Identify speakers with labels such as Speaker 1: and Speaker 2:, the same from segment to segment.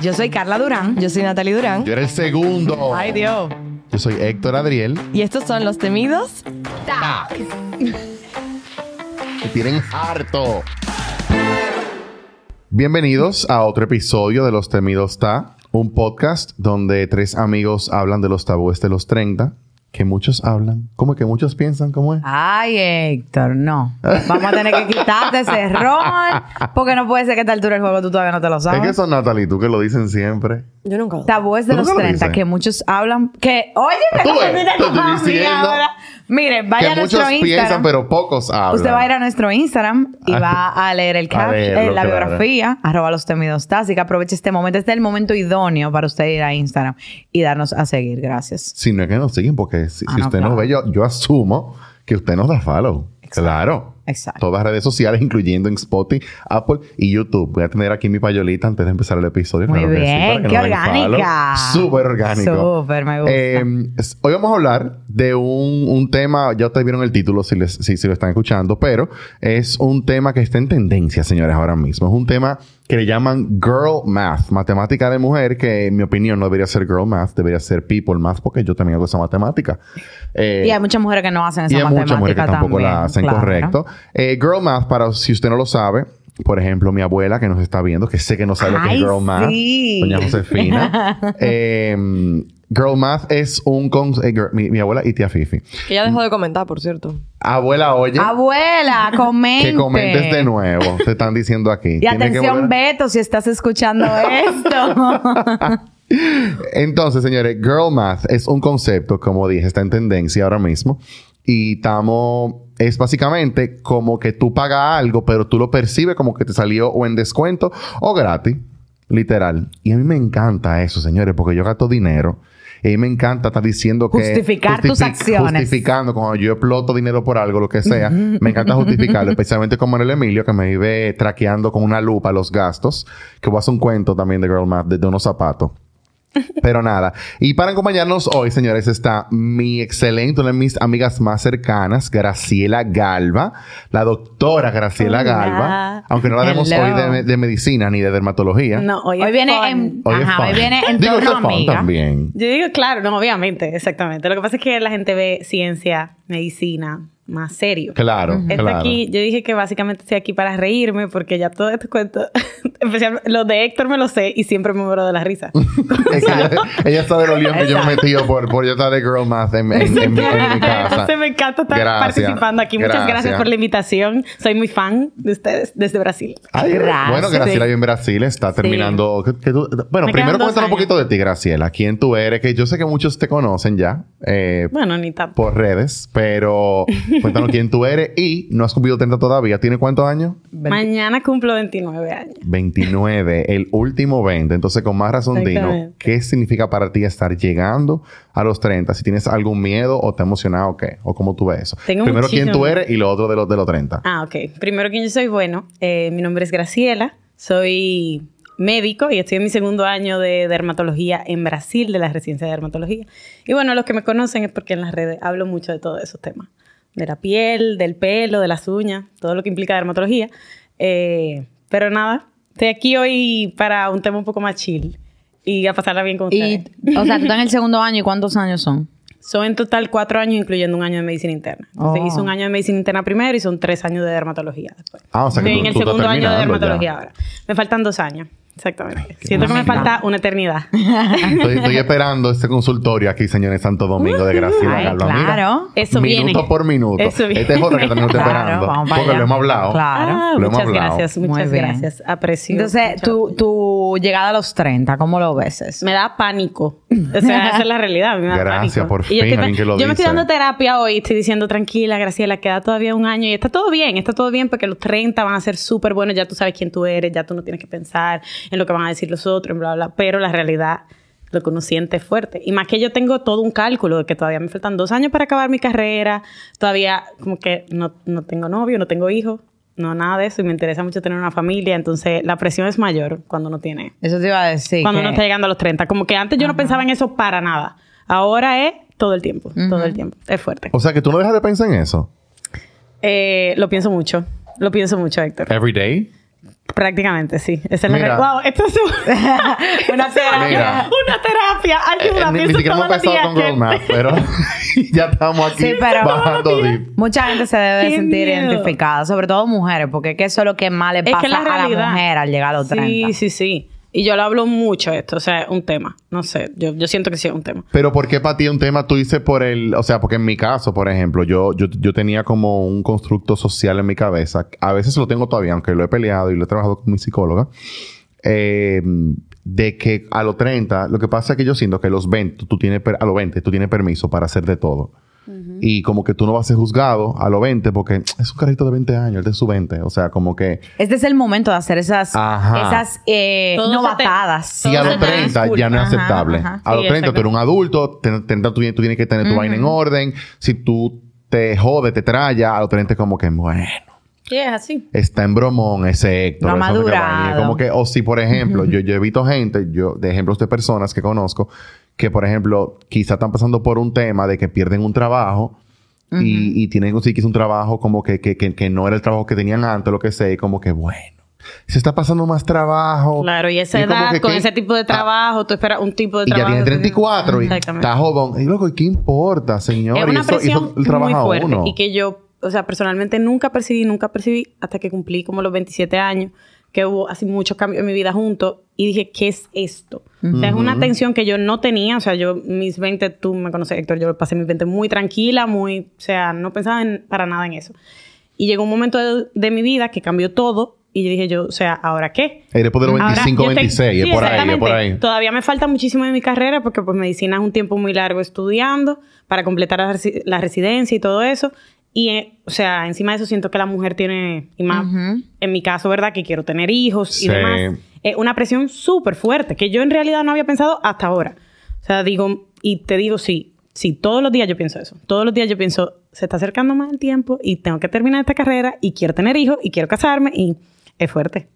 Speaker 1: Yo soy Carla Durán. Yo soy Natalie Durán.
Speaker 2: Yo era el segundo.
Speaker 1: Ay, Dios.
Speaker 2: Yo soy Héctor Adriel.
Speaker 1: Y estos son los temidos.
Speaker 2: Que tienen harto. Bienvenidos a otro episodio de Los Temidos Ta, un podcast donde tres amigos hablan de los tabúes de los 30, que muchos hablan. ¿Cómo que muchos piensan? ¿Cómo es?
Speaker 3: Ay, Héctor, no. Vamos a tener que quitarte ese error. Porque no puede ser que a esta altura del juego tú todavía no te lo
Speaker 2: Es
Speaker 3: sabes.
Speaker 2: que son Natalie, tú que lo dicen siempre.
Speaker 4: Yo nunca.
Speaker 3: Tabúes de
Speaker 2: ¿Tú
Speaker 3: los
Speaker 2: nunca lo
Speaker 3: 30,
Speaker 2: dices?
Speaker 3: que muchos hablan. Que, oye, me
Speaker 2: Tú ves,
Speaker 3: confundiste
Speaker 2: te
Speaker 3: con
Speaker 2: estoy
Speaker 3: mami
Speaker 2: diciendo
Speaker 3: ahora. Miren, vaya a
Speaker 2: que muchos
Speaker 3: nuestro
Speaker 2: piensan,
Speaker 3: Instagram.
Speaker 2: pero pocos hablan.
Speaker 3: Usted va a ir a nuestro Instagram y va a leer el
Speaker 2: A
Speaker 3: cap,
Speaker 2: leerlo,
Speaker 3: eh, la
Speaker 2: claro.
Speaker 3: biografía, arroba los temidos tas, así que aproveche este momento. Este es el momento idóneo para usted ir a Instagram y darnos a seguir. Gracias.
Speaker 2: Si no es que nos siguen, porque si,
Speaker 3: Ah,
Speaker 2: si
Speaker 3: no,
Speaker 2: usted
Speaker 3: claro.
Speaker 2: nos ve, yo, yo asumo que usted nos da follow. Claro.
Speaker 3: Exacto.
Speaker 2: Todas las redes sociales, incluyendo en Spotify, Apple y YouTube. Voy a tener aquí mi payolita antes de empezar el episodio.
Speaker 3: Muy
Speaker 2: que para
Speaker 3: bien,
Speaker 2: que
Speaker 3: qué
Speaker 2: nos den
Speaker 3: orgánica.
Speaker 2: follow. Súper orgánico.
Speaker 3: Súper, me gusta.
Speaker 2: Eh, es- hoy vamos a hablar de un, un tema, ya ustedes vieron el título si, les- si, si lo están escuchando, pero es un tema que está en tendencia, señores, ahora mismo. Es un tema que le llaman girl math, matemática de mujer, que en mi opinión no debería ser girl math, debería ser people math, porque yo también hago esa matemática. Eh,
Speaker 3: Y hay muchas mujeres que no hacen esa
Speaker 2: y hay muchas mujeres que
Speaker 3: matemática
Speaker 2: tampoco
Speaker 3: también,
Speaker 2: la hacen
Speaker 3: claro.
Speaker 2: correcto. Eh, girl math, para si usted no lo sabe, por ejemplo, mi abuela que nos está viendo, que sé que no sabe lo que es
Speaker 3: Ay,
Speaker 2: girl math,
Speaker 3: sí.
Speaker 2: doña Josefina. Eh, girl math es un... con- eh, girl- mi, mi abuela y tía Fifi.
Speaker 4: Que ya dejó de comentar, por cierto.
Speaker 2: Abuela, oye,
Speaker 3: Ah, Abuela, comente.
Speaker 2: que comentes de nuevo. Te están diciendo aquí.
Speaker 3: Y
Speaker 2: Tiene que
Speaker 3: atención,
Speaker 2: volver-
Speaker 3: Beto, si estás escuchando esto.
Speaker 2: Entonces, señores, girl math es un concepto, como dije, está en tendencia ahora mismo. Y estamos, es básicamente como que tú pagas algo, pero tú lo percibes como que te salió o en descuento o gratis, literal. Y a mí me encanta eso, señores, porque yo gasto dinero. Y a mí me encanta estar diciendo que...
Speaker 3: Justificar tus acciones.
Speaker 2: Justificando. Cuando yo exploto dinero por algo, lo que sea, me encanta justificarlo. Especialmente como en el Emilio, que me vive traqueando con una lupa los gastos. Que voy a hacer un cuento también de Girl Math, de- de unos zapatos. Pero nada. Y para acompañarnos hoy, señores, está mi excelente, una de mis amigas más cercanas, Graciela Galva, la doctora Graciela
Speaker 3: Hola.
Speaker 2: Galva. Aunque no la demos
Speaker 3: Hello.
Speaker 2: hoy de, me- de medicina ni de dermatología.
Speaker 4: No, hoy,
Speaker 3: hoy
Speaker 4: es
Speaker 3: viene
Speaker 4: fun.
Speaker 3: en.
Speaker 2: Hoy es
Speaker 3: ajá, hoy
Speaker 2: fun.
Speaker 3: viene en
Speaker 2: Digo,
Speaker 3: torno
Speaker 2: esto es fun
Speaker 3: amiga.
Speaker 2: también.
Speaker 5: Yo digo, claro, no, obviamente, exactamente. Lo que pasa es que la gente ve ciencia, medicina, más serio.
Speaker 2: Claro,
Speaker 5: Esto
Speaker 2: claro.
Speaker 5: aquí, yo dije que básicamente estoy aquí para reírme porque ya todos estos cuentos, especialmente los de Héctor me lo sé y siempre me muero de la risa.
Speaker 2: Es que ella, ella sabe lo lío que yo me he metido por, por yo estar de Girl Math en, en- en mi- en mi casa.
Speaker 5: Entonces me encanta estar
Speaker 2: Gracias.
Speaker 5: participando aquí. Muchas gracias. por la invitación. Soy muy fan de ustedes desde Brasil.
Speaker 2: Ay,
Speaker 1: Gracias.
Speaker 2: Bueno, Graciela vive en Brasil, está terminando. que- que tú- bueno,
Speaker 5: Me
Speaker 2: primero
Speaker 5: quedan dos
Speaker 2: cuéntanos un
Speaker 5: años.
Speaker 2: poquito de ti, Graciela. ¿Quién tú eres? Que yo sé que muchos te conocen ya eh,
Speaker 5: Bueno, ni tan...
Speaker 2: por redes, pero cuéntanos quién tú eres y no has cumplido 30 todavía. ¿Tiene cuántos años?
Speaker 5: Mañana cumplo 29 años.
Speaker 2: 29, el último 20. Entonces, con más razón, Dino,
Speaker 5: Exactamente.
Speaker 2: ¿qué significa para ti estar llegando a los 30? Si tienes algún miedo o te ha emocionado o qué, o cómo tú ves eso.
Speaker 5: Tengo
Speaker 2: primero quién
Speaker 5: muchísimo
Speaker 2: tú
Speaker 5: miedo.
Speaker 2: eres y lo otro de los de los 30.
Speaker 5: Ah, ok. Primero que yo soy bueno. eh, mi nombre es Graciela. Soy médico y estoy en mi segundo año de dermatología en Brasil, de la residencia de dermatología. Y bueno, los que me conocen es porque en las redes hablo mucho de todos esos temas. De la piel, del pelo, de las uñas, todo lo que implica dermatología. Eh, pero nada, estoy aquí hoy para un tema un poco más chill y a pasarla bien con ustedes.
Speaker 3: Y, o sea, tú estás en el segundo año y cuántos años son.
Speaker 5: Son en total cuatro años, incluyendo un año de medicina interna. Entonces
Speaker 3: Oh.
Speaker 5: hice un año de medicina interna primero y son tres años de dermatología después.
Speaker 2: Ah, o sea que tú-
Speaker 5: Estoy en el
Speaker 2: tú estás
Speaker 5: segundo año de
Speaker 2: terminando
Speaker 5: dermatología
Speaker 2: ya.
Speaker 5: ahora. Me faltan dos años. Exactamente. Siento que me falta una eternidad.
Speaker 2: Estoy, estoy esperando este consultorio aquí, señor, en Santo Domingo de Graciela
Speaker 3: Ay,
Speaker 2: Galva. Mira,
Speaker 3: claro.
Speaker 5: Eso
Speaker 2: minuto
Speaker 5: viene.
Speaker 2: por minuto.
Speaker 5: Eso viene.
Speaker 2: Este es otro que también lo estoy esperando.
Speaker 3: vamos para
Speaker 2: porque
Speaker 3: allá.
Speaker 2: lo hemos hablado.
Speaker 3: Claro.
Speaker 5: Ah,
Speaker 2: Lo hemos
Speaker 5: muchas
Speaker 2: hablado.
Speaker 5: gracias,
Speaker 3: Muy
Speaker 5: muchas
Speaker 3: bien.
Speaker 5: gracias. Aprecio.
Speaker 3: Entonces, tu, tu llegada a los 30, ¿cómo lo ves? eso?
Speaker 5: me da pánico. O sea, esa es la realidad. me da
Speaker 2: Gracias,
Speaker 5: pánico.
Speaker 2: por
Speaker 5: Y
Speaker 2: fin,
Speaker 5: yo estoy-
Speaker 2: alguien que lo
Speaker 5: Yo me estoy
Speaker 2: dice.
Speaker 5: dando terapia hoy. Estoy diciendo, tranquila, Graciela, queda todavía un año. Y está todo bien, está todo bien porque los 30 van a ser súper buenos. Ya tú sabes quién tú eres, ya tú no tienes que pensar en lo que van a decir los otros, en bla, bla. Pero la realidad, lo que uno siente es fuerte. Y más que yo tengo todo un cálculo de que todavía me faltan dos años para acabar mi carrera. Todavía como que no, no tengo novio, no tengo hijo. No, nada de eso. Y me interesa mucho tener una familia. Entonces, la presión es mayor cuando no tiene
Speaker 3: Eso te iba a decir.
Speaker 5: cuando
Speaker 3: que-
Speaker 5: uno está llegando a los 30. Como que antes yo no pensaba en eso para nada. Ahora es todo el tiempo, todo el tiempo. Es fuerte.
Speaker 2: O sea que tú no dejas de pensar en eso.
Speaker 5: Eh, lo pienso mucho. Lo pienso mucho, Héctor.
Speaker 2: Every day.
Speaker 5: Prácticamente, sí. Esa es la
Speaker 2: Mira.
Speaker 5: re- Wow, esto es un- una terapia.
Speaker 2: Mira.
Speaker 5: Una terapia.
Speaker 2: Eh,
Speaker 5: Ayuda.
Speaker 2: ni, ni
Speaker 5: pienso
Speaker 2: siquiera hemos
Speaker 5: todos los
Speaker 2: empezado
Speaker 5: días
Speaker 2: con Girl
Speaker 5: que-
Speaker 2: Math, pero ya estamos aquí
Speaker 3: Sí, pero-
Speaker 2: bajando deep.
Speaker 3: Mucha gente se debe
Speaker 5: Qué
Speaker 3: sentir
Speaker 5: miedo.
Speaker 3: identificada, sobre todo mujeres, porque es que eso es lo que más le
Speaker 5: Es
Speaker 3: pasa
Speaker 5: que la
Speaker 3: a
Speaker 5: realidad.
Speaker 3: la mujer al llegar a los 30.
Speaker 5: Sí, sí, sí. Y yo lo hablo mucho esto, o sea, es un tema. No sé, yo, yo siento que sí es un tema.
Speaker 2: Pero ¿por qué para ti un tema tú dices por el... O sea, porque en mi caso, por ejemplo, yo, yo, yo tenía como un constructo social en mi cabeza. A veces lo tengo todavía, aunque lo he peleado y lo he trabajado con mi psicóloga. eh, de que a los 30, lo que pasa es que yo siento que a los 20, tú tienes, per- a los 20, tú tienes permiso para hacer de todo. Y como que tú no vas a ser juzgado a los 20 porque es un carrito de 20 años, él es su 20. O sea, como que...
Speaker 3: Este es el momento de hacer esas,
Speaker 2: Ajá.
Speaker 3: esas eh,
Speaker 5: Todo se te-
Speaker 3: novatadas.
Speaker 2: Y
Speaker 5: Todo
Speaker 2: a
Speaker 5: se
Speaker 2: los
Speaker 5: te
Speaker 2: 30 ya
Speaker 5: disculpa.
Speaker 2: no es
Speaker 3: Ajá,
Speaker 2: aceptable.
Speaker 3: ajá.
Speaker 2: A los
Speaker 5: Sí,
Speaker 2: 30 tú eres un adulto, ten- 30 tú, tienes- tú tienes que tener tu vaina en orden. Si tú te jodes, te traya, a los 30 es como que, bueno,
Speaker 5: Sí, es así.
Speaker 2: está en bromón ese Héctor.
Speaker 3: No ha
Speaker 2: eso es lo que va a venir.
Speaker 3: madurado.
Speaker 2: Como que, o si, por ejemplo, yo, yo evito gente, yo, de ejemplos de personas que conozco, que, por ejemplo, quizá están pasando por un tema de que pierden un trabajo. Y, y tienen que es un trabajo como que, que, que, que no era el trabajo que tenían antes, lo que sea, y como que bueno, se está pasando más trabajo.
Speaker 5: Claro, y esa
Speaker 2: como
Speaker 5: edad,
Speaker 2: que
Speaker 5: con
Speaker 2: qué-
Speaker 5: ese tipo de
Speaker 2: Ah,
Speaker 5: trabajo, tú esperas un tipo de
Speaker 2: y ya
Speaker 5: trabajo.
Speaker 2: tiene 34 y
Speaker 5: Exactamente.
Speaker 2: está jodón. Y loco, ¿y qué importa, señor?
Speaker 5: Es
Speaker 2: Y
Speaker 5: una
Speaker 2: eso- y eso
Speaker 5: presión
Speaker 2: le trabaja
Speaker 5: muy
Speaker 2: a
Speaker 5: fuerte
Speaker 2: uno.
Speaker 5: y que yo, o sea, personalmente nunca percibí, nunca percibí hasta que cumplí como los 27 años, que hubo así muchos cambios en mi vida juntos y dije, ¿qué es esto? O sea, es una tensión que yo no tenía, o sea, yo mis 20, tú me conoces, Héctor, yo pasé mis 20 muy tranquila, muy, o sea, no pensaba en- para nada en eso. Y llegó un momento de, de mi vida que cambió todo y yo dije yo, o sea, ¿ahora qué?
Speaker 2: Eh, después de los
Speaker 5: Ahora,
Speaker 2: 25,
Speaker 5: yo te-
Speaker 2: 26,
Speaker 5: sí,
Speaker 2: es por ahí, es por
Speaker 5: exactamente.
Speaker 2: ahí.
Speaker 5: Todavía me falta muchísimo de mi carrera porque pues medicina es un tiempo muy largo estudiando para completar la, resi- la residencia y todo eso. Y, eh, o sea, encima de eso siento que la mujer tiene, y
Speaker 2: Ah.
Speaker 5: más
Speaker 3: Ujú.
Speaker 5: en mi caso, ¿verdad? Que quiero tener hijos
Speaker 2: Sí.
Speaker 5: y demás. Eh, una presión súper fuerte que yo en realidad no había pensado hasta ahora. O sea, digo, y te digo, sí, sí, todos los días yo pienso eso. Todos los días yo pienso, se está acercando más el tiempo y tengo que terminar esta carrera y quiero tener hijos y quiero casarme y es fuerte.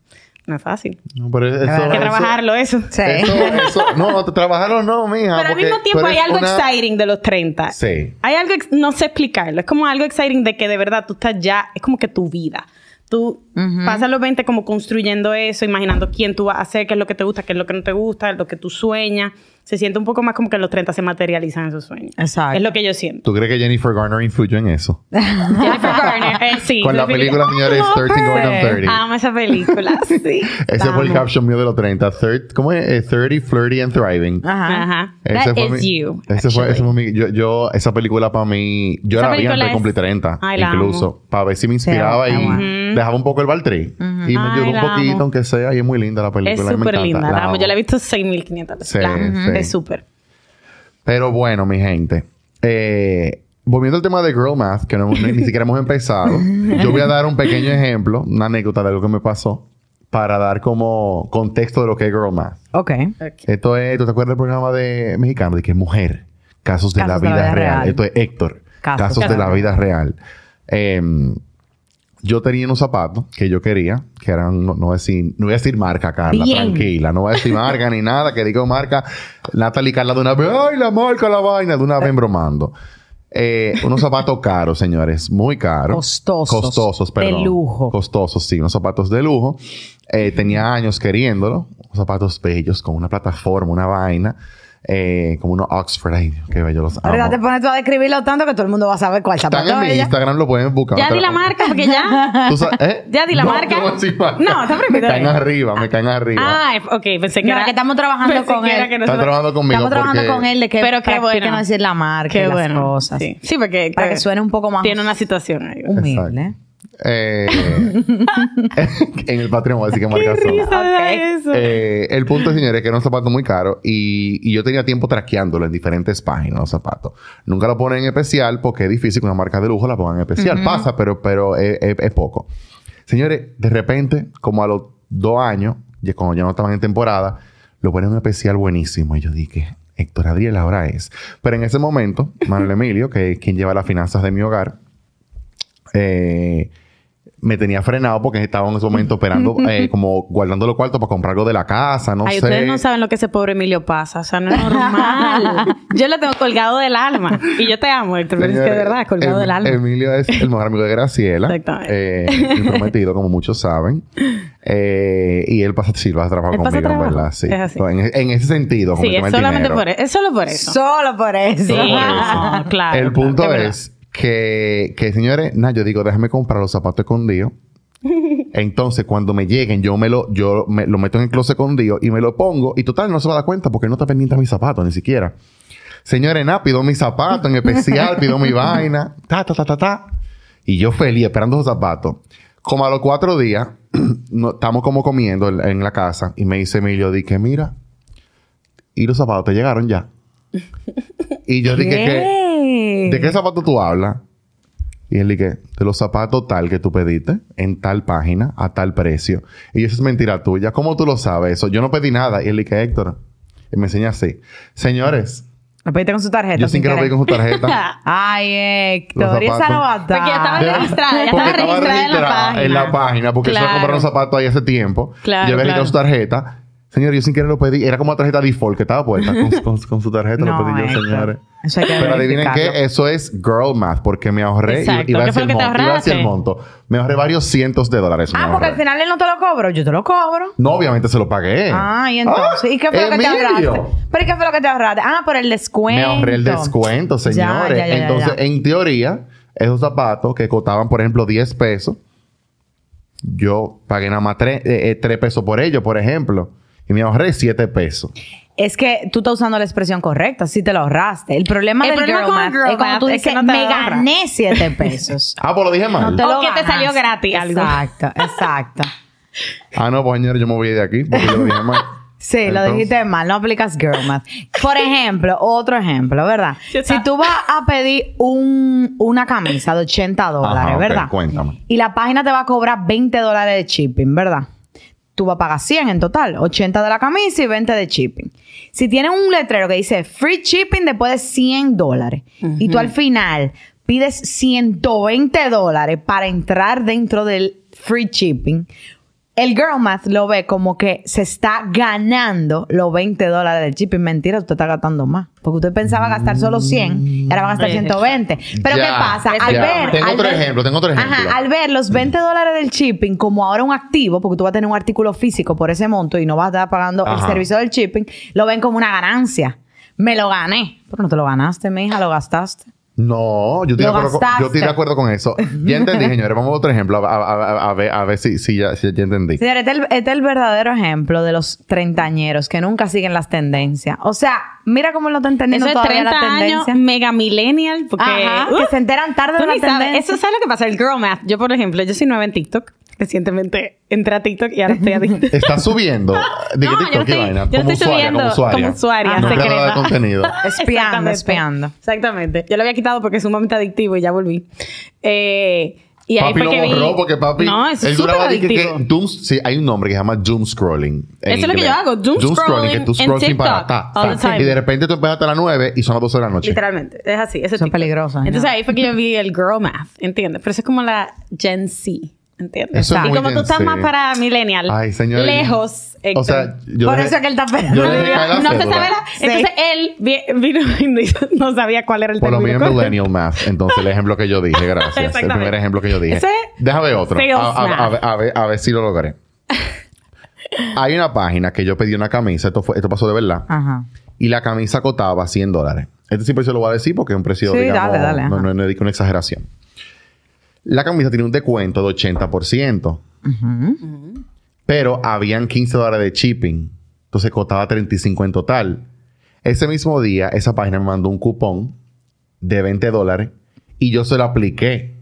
Speaker 5: No es fácil.
Speaker 2: No, pero eso,
Speaker 3: Hay
Speaker 5: Hay
Speaker 2: eso-
Speaker 5: que trabajarlo eso.
Speaker 3: Sí.
Speaker 2: Eso, eso- no, te- trabajarlo no, mija.
Speaker 5: Pero al
Speaker 2: porque
Speaker 5: mismo tiempo
Speaker 2: tú
Speaker 5: hay
Speaker 2: eres
Speaker 5: algo
Speaker 2: una-
Speaker 5: exciting de los 30.
Speaker 2: Sí.
Speaker 5: Hay algo, ex- no sé explicarlo, es como algo exciting de que de verdad tú estás ya, es como que tu vida. Tú pasas los 20 como construyendo eso, imaginando quién tú vas a ser, qué es lo que te gusta, qué es lo que no te gusta, lo que tú sueñas. Se siente un poco más como que en los 30 se materializan esos sueños.
Speaker 3: Exacto.
Speaker 5: Es lo que yo siento.
Speaker 2: ¿Tú crees que Jennifer Garner influyó en eso?
Speaker 5: Jennifer Garner, eh, sí.
Speaker 2: Con la
Speaker 5: definitivamente.
Speaker 2: película, señores, 13 Going on 30.
Speaker 5: Amo esa película, sí.
Speaker 2: Ese fue el
Speaker 5: Amo.
Speaker 2: caption mío de los 30. Thir- ¿Cómo es? Eh, 30, flirty and thriving.
Speaker 3: Ajá.
Speaker 5: Ajá.
Speaker 2: Ese
Speaker 5: That
Speaker 2: fue
Speaker 5: is
Speaker 2: mi-
Speaker 5: you.
Speaker 2: Ese fue, ese
Speaker 5: actually.
Speaker 2: fue mi, yo, yo- esa película para mí, yo
Speaker 5: Esa
Speaker 2: la vi antes
Speaker 5: película
Speaker 2: de cumplir
Speaker 5: es-
Speaker 2: 30,
Speaker 5: Ay, la
Speaker 2: incluso, para ver si me inspiraba
Speaker 3: Sí,
Speaker 2: y
Speaker 3: la
Speaker 2: dejaba un poco el baltrí. Y me
Speaker 5: Ay,
Speaker 2: ayudó
Speaker 5: la
Speaker 2: un poquito,
Speaker 5: amo.
Speaker 2: aunque sea, y es muy linda la película.
Speaker 5: Es
Speaker 2: a mí me
Speaker 5: súper
Speaker 2: encanta,
Speaker 5: linda. la amo. Yo la he
Speaker 2: amo.
Speaker 5: visto 6.500 veces.
Speaker 2: Sí,
Speaker 5: La amo.
Speaker 2: sí.
Speaker 5: Es súper.
Speaker 2: Pero bueno, mi gente, eh, volviendo al tema de Girl Math, que no, ni, ni siquiera hemos empezado, yo voy a dar un pequeño ejemplo, una anécdota de algo que me pasó, para dar como contexto de lo que es Girl Math.
Speaker 3: Ok.
Speaker 2: Esto es, ¿tú te acuerdas del programa de mexicano de que mujer, casos de, la,
Speaker 3: Casos
Speaker 2: vida real. Esto es Héctor, casos,
Speaker 3: Casos.
Speaker 2: de la vida real. Em, yo tenía unos zapatos que yo quería, que eran, no, no voy a decir, no voy a decir marca, Carla,
Speaker 3: Bien.
Speaker 2: tranquila, no voy a decir marca ni nada, que digo marca, Natalie Carla de una vez, ay, la marca, la vaina, de una vez bromando. Eh, unos zapatos caros, señores, muy caros.
Speaker 3: Costosos.
Speaker 2: Costosos,
Speaker 3: De
Speaker 2: perdón.
Speaker 3: lujo.
Speaker 2: Costosos, sí, unos zapatos de lujo. Eh, tenía años queriéndolo, unos zapatos bellos, con una plataforma, una vaina, eh, como unos Oxford, ay, Dios, qué bello los amo.
Speaker 3: ¿Verdad? Te pones tú a describirlo tanto que todo el mundo va a saber cuál zapato
Speaker 2: Están en mi
Speaker 3: es ella.
Speaker 2: Instagram, lo pueden buscar.
Speaker 5: Ya
Speaker 2: No te
Speaker 5: di la
Speaker 2: lo-
Speaker 5: marca porque ya.
Speaker 2: ¿Tú sabes? ¿Eh?
Speaker 5: Ya di la
Speaker 2: No,
Speaker 5: marca.
Speaker 2: no, sí, marca.
Speaker 5: No, está
Speaker 2: Me
Speaker 5: prohibido.
Speaker 2: caen arriba, me caen arriba.
Speaker 5: Ah, ok, pensé que
Speaker 3: No,
Speaker 5: era
Speaker 3: que estamos trabajando
Speaker 5: pensé
Speaker 3: con
Speaker 5: que era
Speaker 3: él.
Speaker 5: que
Speaker 2: Están
Speaker 5: nosotros-
Speaker 2: trabajando conmigo
Speaker 3: Estamos trabajando
Speaker 2: porque-
Speaker 3: con él de que
Speaker 5: Pero qué
Speaker 3: practique
Speaker 5: bueno.
Speaker 3: no decir la marca y
Speaker 5: Qué
Speaker 3: las
Speaker 5: bueno.
Speaker 3: cosas.
Speaker 5: Sí, Sí, porque
Speaker 3: Para que suene un poco más
Speaker 5: tiene una situación ahí.
Speaker 3: humilde.
Speaker 2: Eh, en el Patreon voy a decir que marca son.
Speaker 5: Ok.
Speaker 2: Eh, el punto, señores, que era un zapato muy caro y, y yo tenía tiempo traqueándolo en diferentes páginas, los zapatos. Nunca lo ponen en especial porque es difícil que una marca de lujo la pongan en especial. Pasa, pero, pero es, es- es poco. Señores, de repente, como a los dos años, ya cuando ya no estaban en temporada, lo ponen en especial buenísimo. Y yo dije, Héctor Adriel, ahora es. Pero en ese momento, Manuel Emilio, que es quien lleva las finanzas de mi hogar, eh, me tenía frenado porque estaba en ese momento operando, eh, como guardando los cuartos para comprar algo de la casa, no
Speaker 5: Ay,
Speaker 2: sé.
Speaker 5: ustedes no saben lo que ese pobre Emilio pasa. O sea, no es normal. yo lo tengo colgado del alma. Y yo te amo, Héctor, pero es que de
Speaker 2: Señores,
Speaker 5: verdad, colgado
Speaker 2: Em-
Speaker 5: del alma.
Speaker 2: Emilio es el mejor amigo de Graciela.
Speaker 5: Exactamente.
Speaker 2: eh, mi prometido, como muchos saben. Eh, y él pasa, sí, lo hace trabajar
Speaker 5: Él pasa
Speaker 2: conmigo, en
Speaker 5: trabajo.
Speaker 2: verdad. Sí.
Speaker 5: Es así.
Speaker 2: En, en ese sentido. como
Speaker 5: Sí,
Speaker 2: que con
Speaker 5: es
Speaker 2: el
Speaker 5: solamente
Speaker 2: dinero.
Speaker 5: por eso. Es solo por eso.
Speaker 3: Solo por eso.
Speaker 5: sí,
Speaker 2: Solo por eso.
Speaker 5: ah, claro.
Speaker 2: El
Speaker 5: claro,
Speaker 2: punto
Speaker 5: de verdad.
Speaker 2: es que, que, señores, nada, yo digo, déjame comprar los zapatos escondidos. Entonces, cuando me lleguen, yo me lo, yo me lo meto en el closet escondido y me lo pongo. Y total, no se va a dar cuenta porque no está pendiente a mis zapatos, ni siquiera. Señores, nada, pido mis zapatos en especial, pido mi vaina. Ta, ta, ta, ta, ta. Y yo feliz esperando los zapatos. Como a los cuatro días, no- estamos como comiendo en, en la casa. Y me dice Emilio, dije, mira, y los zapatos te llegaron ya. Y yo dije que... ¿De qué zapato tú hablas? Y él dije, de los zapatos tal que tú pediste, en tal página, a tal precio. Y eso es mentira tuya. ¿Cómo tú lo sabes eso? Yo no pedí nada. Y él dije, Héctor, y me enseña así. Señores,
Speaker 3: Lo pediste con su tarjeta.
Speaker 2: yo sin querer pedí con su tarjeta.
Speaker 3: Ay,
Speaker 2: Los
Speaker 3: Héctor, y esa
Speaker 2: zapatos.
Speaker 3: no va a estar.
Speaker 5: Porque Pues ya estaba
Speaker 2: Ya,
Speaker 5: registrada,
Speaker 2: porque
Speaker 5: ya estaba registrada en la página.
Speaker 2: en la página, porque se
Speaker 5: Claro.
Speaker 2: compraron zapatos ahí hace tiempo.
Speaker 5: Claro,
Speaker 2: yo había
Speaker 5: claro.
Speaker 2: registrado su tarjeta. Señor, yo sin querer lo pedí. Era como la tarjeta default que estaba puesta. Con, con- con su tarjeta lo pedí yo,
Speaker 3: Héctor.
Speaker 2: señores.
Speaker 3: Eso hay que
Speaker 2: Pero adivinen
Speaker 3: verificarlo.
Speaker 2: qué, eso es girl math, porque me ahorré y-
Speaker 5: Exacto.
Speaker 2: y, va
Speaker 5: ¿Qué
Speaker 2: hacia
Speaker 5: fue
Speaker 2: el
Speaker 5: lo que te
Speaker 2: monto, iba hacia el
Speaker 5: ahorraste?
Speaker 2: monto. Me ahorré varios cientos de dólares. me
Speaker 3: Ah, porque
Speaker 2: ahorré.
Speaker 3: al final él no te lo cobro. Yo te lo cobro.
Speaker 2: No, obviamente se lo pagué.
Speaker 3: Ah, y entonces.
Speaker 2: Ah,
Speaker 3: ¿Y qué fue lo que te
Speaker 2: Emilio.
Speaker 3: ahorraste? ¿Pero y qué fue lo que te ahorraste? Ah, por el descuento.
Speaker 2: Me ahorré el descuento,
Speaker 3: Ya,
Speaker 2: señores.
Speaker 3: ya, ya, ya,
Speaker 2: Entonces,
Speaker 3: ya.
Speaker 2: en teoría, esos zapatos que costaban, por ejemplo, 10 pesos, yo pagué nada más 3, pesos por ellos, por ejemplo. Y me ahorré 7 pesos.
Speaker 3: Es que tú estás usando la expresión correcta. Sí te lo ahorraste. El problema
Speaker 5: El
Speaker 3: del
Speaker 5: problema
Speaker 3: girl
Speaker 5: con
Speaker 3: math
Speaker 5: girl
Speaker 3: es cuando tú
Speaker 5: math es que
Speaker 3: dices,
Speaker 5: no te
Speaker 3: me
Speaker 5: lo ahorras".
Speaker 3: gané 7 pesos.
Speaker 2: Ah, pues lo dije mal.
Speaker 5: O que te salió
Speaker 3: ganaste.
Speaker 5: gratis algo.
Speaker 3: Exacto, exacto.
Speaker 2: Ah, no, pues señores, yo me voy de aquí porque yo lo dije mal.
Speaker 3: Sí,
Speaker 2: Entonces-
Speaker 3: lo dijiste mal, no aplicas girl math. Por ejemplo, otro ejemplo, ¿verdad?
Speaker 5: Ya está.
Speaker 3: Si tú vas a pedir un- una camisa de 80 dólares,
Speaker 2: Ajá, ok,
Speaker 3: ¿verdad?
Speaker 2: cuéntame.
Speaker 3: Y la página te va a cobrar 20 dólares de shipping, ¿verdad? Tú vas a pagar 100 en total, 80 de la camisa y 20 de shipping. Si tienes un letrero que dice free shipping después de 100 dólares y tú al final pides 120 dólares para entrar dentro del free shipping, el girl math lo ve como que se está ganando los 20 dólares del shipping. Mentira, usted está gastando más. Porque usted pensaba gastar solo 100, ahora va a gastar
Speaker 5: Oye,
Speaker 3: 120. Pero
Speaker 2: Ya,
Speaker 3: ¿qué pasa? Al
Speaker 2: ya.
Speaker 3: ver,
Speaker 2: Tengo
Speaker 3: al
Speaker 2: otro
Speaker 3: ver-
Speaker 2: ejemplo, tengo otro ejemplo.
Speaker 3: Ajá, al ver los 20 dólares del shipping como ahora un activo, porque tú vas a tener un artículo físico por ese monto y no vas a estar pagando el
Speaker 2: Ajá.
Speaker 3: servicio del shipping, lo ven como una ganancia. Me lo gané. Pero no te lo ganaste, mija, lo gastaste.
Speaker 2: No, yo estoy, de
Speaker 3: Lo
Speaker 2: acuerdo, con,
Speaker 3: gastaste.
Speaker 2: yo estoy de acuerdo con eso. Ya entendí, señores. Vamos a otro ejemplo a, a- a- a ver, a ver si, si ya, si ya entendí.
Speaker 3: Señores, este es, el, este es el verdadero ejemplo de los treintañeros que nunca siguen las tendencias. O sea, mira cómo lo está entendiendo
Speaker 5: Eso es
Speaker 3: todavía
Speaker 5: 30
Speaker 3: la
Speaker 5: años,
Speaker 3: tendencia.
Speaker 5: mega millennial, porque... uh,
Speaker 3: Ajá, que se enteran tarde
Speaker 5: tú
Speaker 3: de la
Speaker 5: ni sabes.
Speaker 3: tendencia.
Speaker 5: Eso es lo que pasa, el girl math. Yo, por ejemplo, yo soy nueva en TikTok. Recientemente entré a TikTok y ahora estoy adicta.
Speaker 2: Está subiendo. Diga,
Speaker 5: no, yo
Speaker 2: TikTok,
Speaker 5: no
Speaker 2: Eh, qué
Speaker 5: estoy-
Speaker 2: vaina. como
Speaker 5: yo no estoy
Speaker 2: usuaria, como
Speaker 5: subiendo,
Speaker 2: usuaria.
Speaker 5: como usuaria,
Speaker 2: no
Speaker 5: secreta.
Speaker 2: creador de contenido.
Speaker 3: Espiando,
Speaker 5: Exactamente.
Speaker 3: espiando.
Speaker 5: Exactamente. Yo lo había quitado porque es sumamente adictivo y ya volví. Eh, y
Speaker 2: papi
Speaker 5: ahí fue
Speaker 2: lo
Speaker 5: que vi-
Speaker 2: borró porque papi.
Speaker 5: No, es
Speaker 2: él
Speaker 5: súper
Speaker 2: duraba di que- que
Speaker 5: adictivo.
Speaker 2: doom- sí, hay un nombre que se llama Doom Scrolling. en
Speaker 5: Eso es lo que
Speaker 2: inglés.
Speaker 5: yo hago, doom scrolling
Speaker 2: que tú
Speaker 5: en
Speaker 2: scrolls sin
Speaker 5: TikTok,
Speaker 2: parar. ta,
Speaker 5: all
Speaker 2: ta.
Speaker 5: the time.
Speaker 2: Y de repente tú empezaste a las 9 y son las 12 de la noche.
Speaker 5: Literalmente, es así. Eso
Speaker 3: Son peligrosas, ¿no?
Speaker 5: Entonces ahí fue que yo vi el girl math, ¿entiendes? Pero eso es como la Gen Z, ¿entiendes?
Speaker 2: Eso es
Speaker 5: y
Speaker 2: muy
Speaker 5: como tú
Speaker 2: Gen
Speaker 5: estás
Speaker 2: Z.
Speaker 5: más para millennial,
Speaker 2: Ay, señores.
Speaker 5: lejos, Héctor.
Speaker 2: O sea, yo
Speaker 3: Por
Speaker 2: dejé-
Speaker 3: eso es que él está
Speaker 2: yo
Speaker 3: esperando.
Speaker 5: no,
Speaker 2: dejé caer la
Speaker 5: no se
Speaker 2: cédula.
Speaker 5: sabe la... Entonces él vi- vino y no hizo- no sabía cuál era el
Speaker 2: Por lo mío
Speaker 5: término
Speaker 2: es
Speaker 5: correcto.
Speaker 2: millennial math. Entonces, el ejemplo que yo dije, gracias. el
Speaker 5: Exactamente.
Speaker 2: primer ejemplo que yo dije.
Speaker 5: Ese-
Speaker 2: Déjame ver otro.
Speaker 5: Sales
Speaker 2: A, a-
Speaker 5: math.
Speaker 2: a ver- a ver, a ver si lo logré. Hay una página que yo pedí una camisa. Esto, fue, esto pasó de verdad.
Speaker 3: Ajá.
Speaker 2: Y la camisa cotaba 100 dólares. Este siempre se lo voy a decir porque es un precio,
Speaker 3: Sí,
Speaker 2: digamos,
Speaker 3: dale, dale,
Speaker 2: no,
Speaker 3: ajá.
Speaker 2: no, no es una exageración. La camisa tiene un descuento de 80%. Pero habían 15 dólares de shipping. Entonces costaba 35 en total. Ese mismo día, esa página me mandó un cupón de 20 dólares y yo se lo apliqué.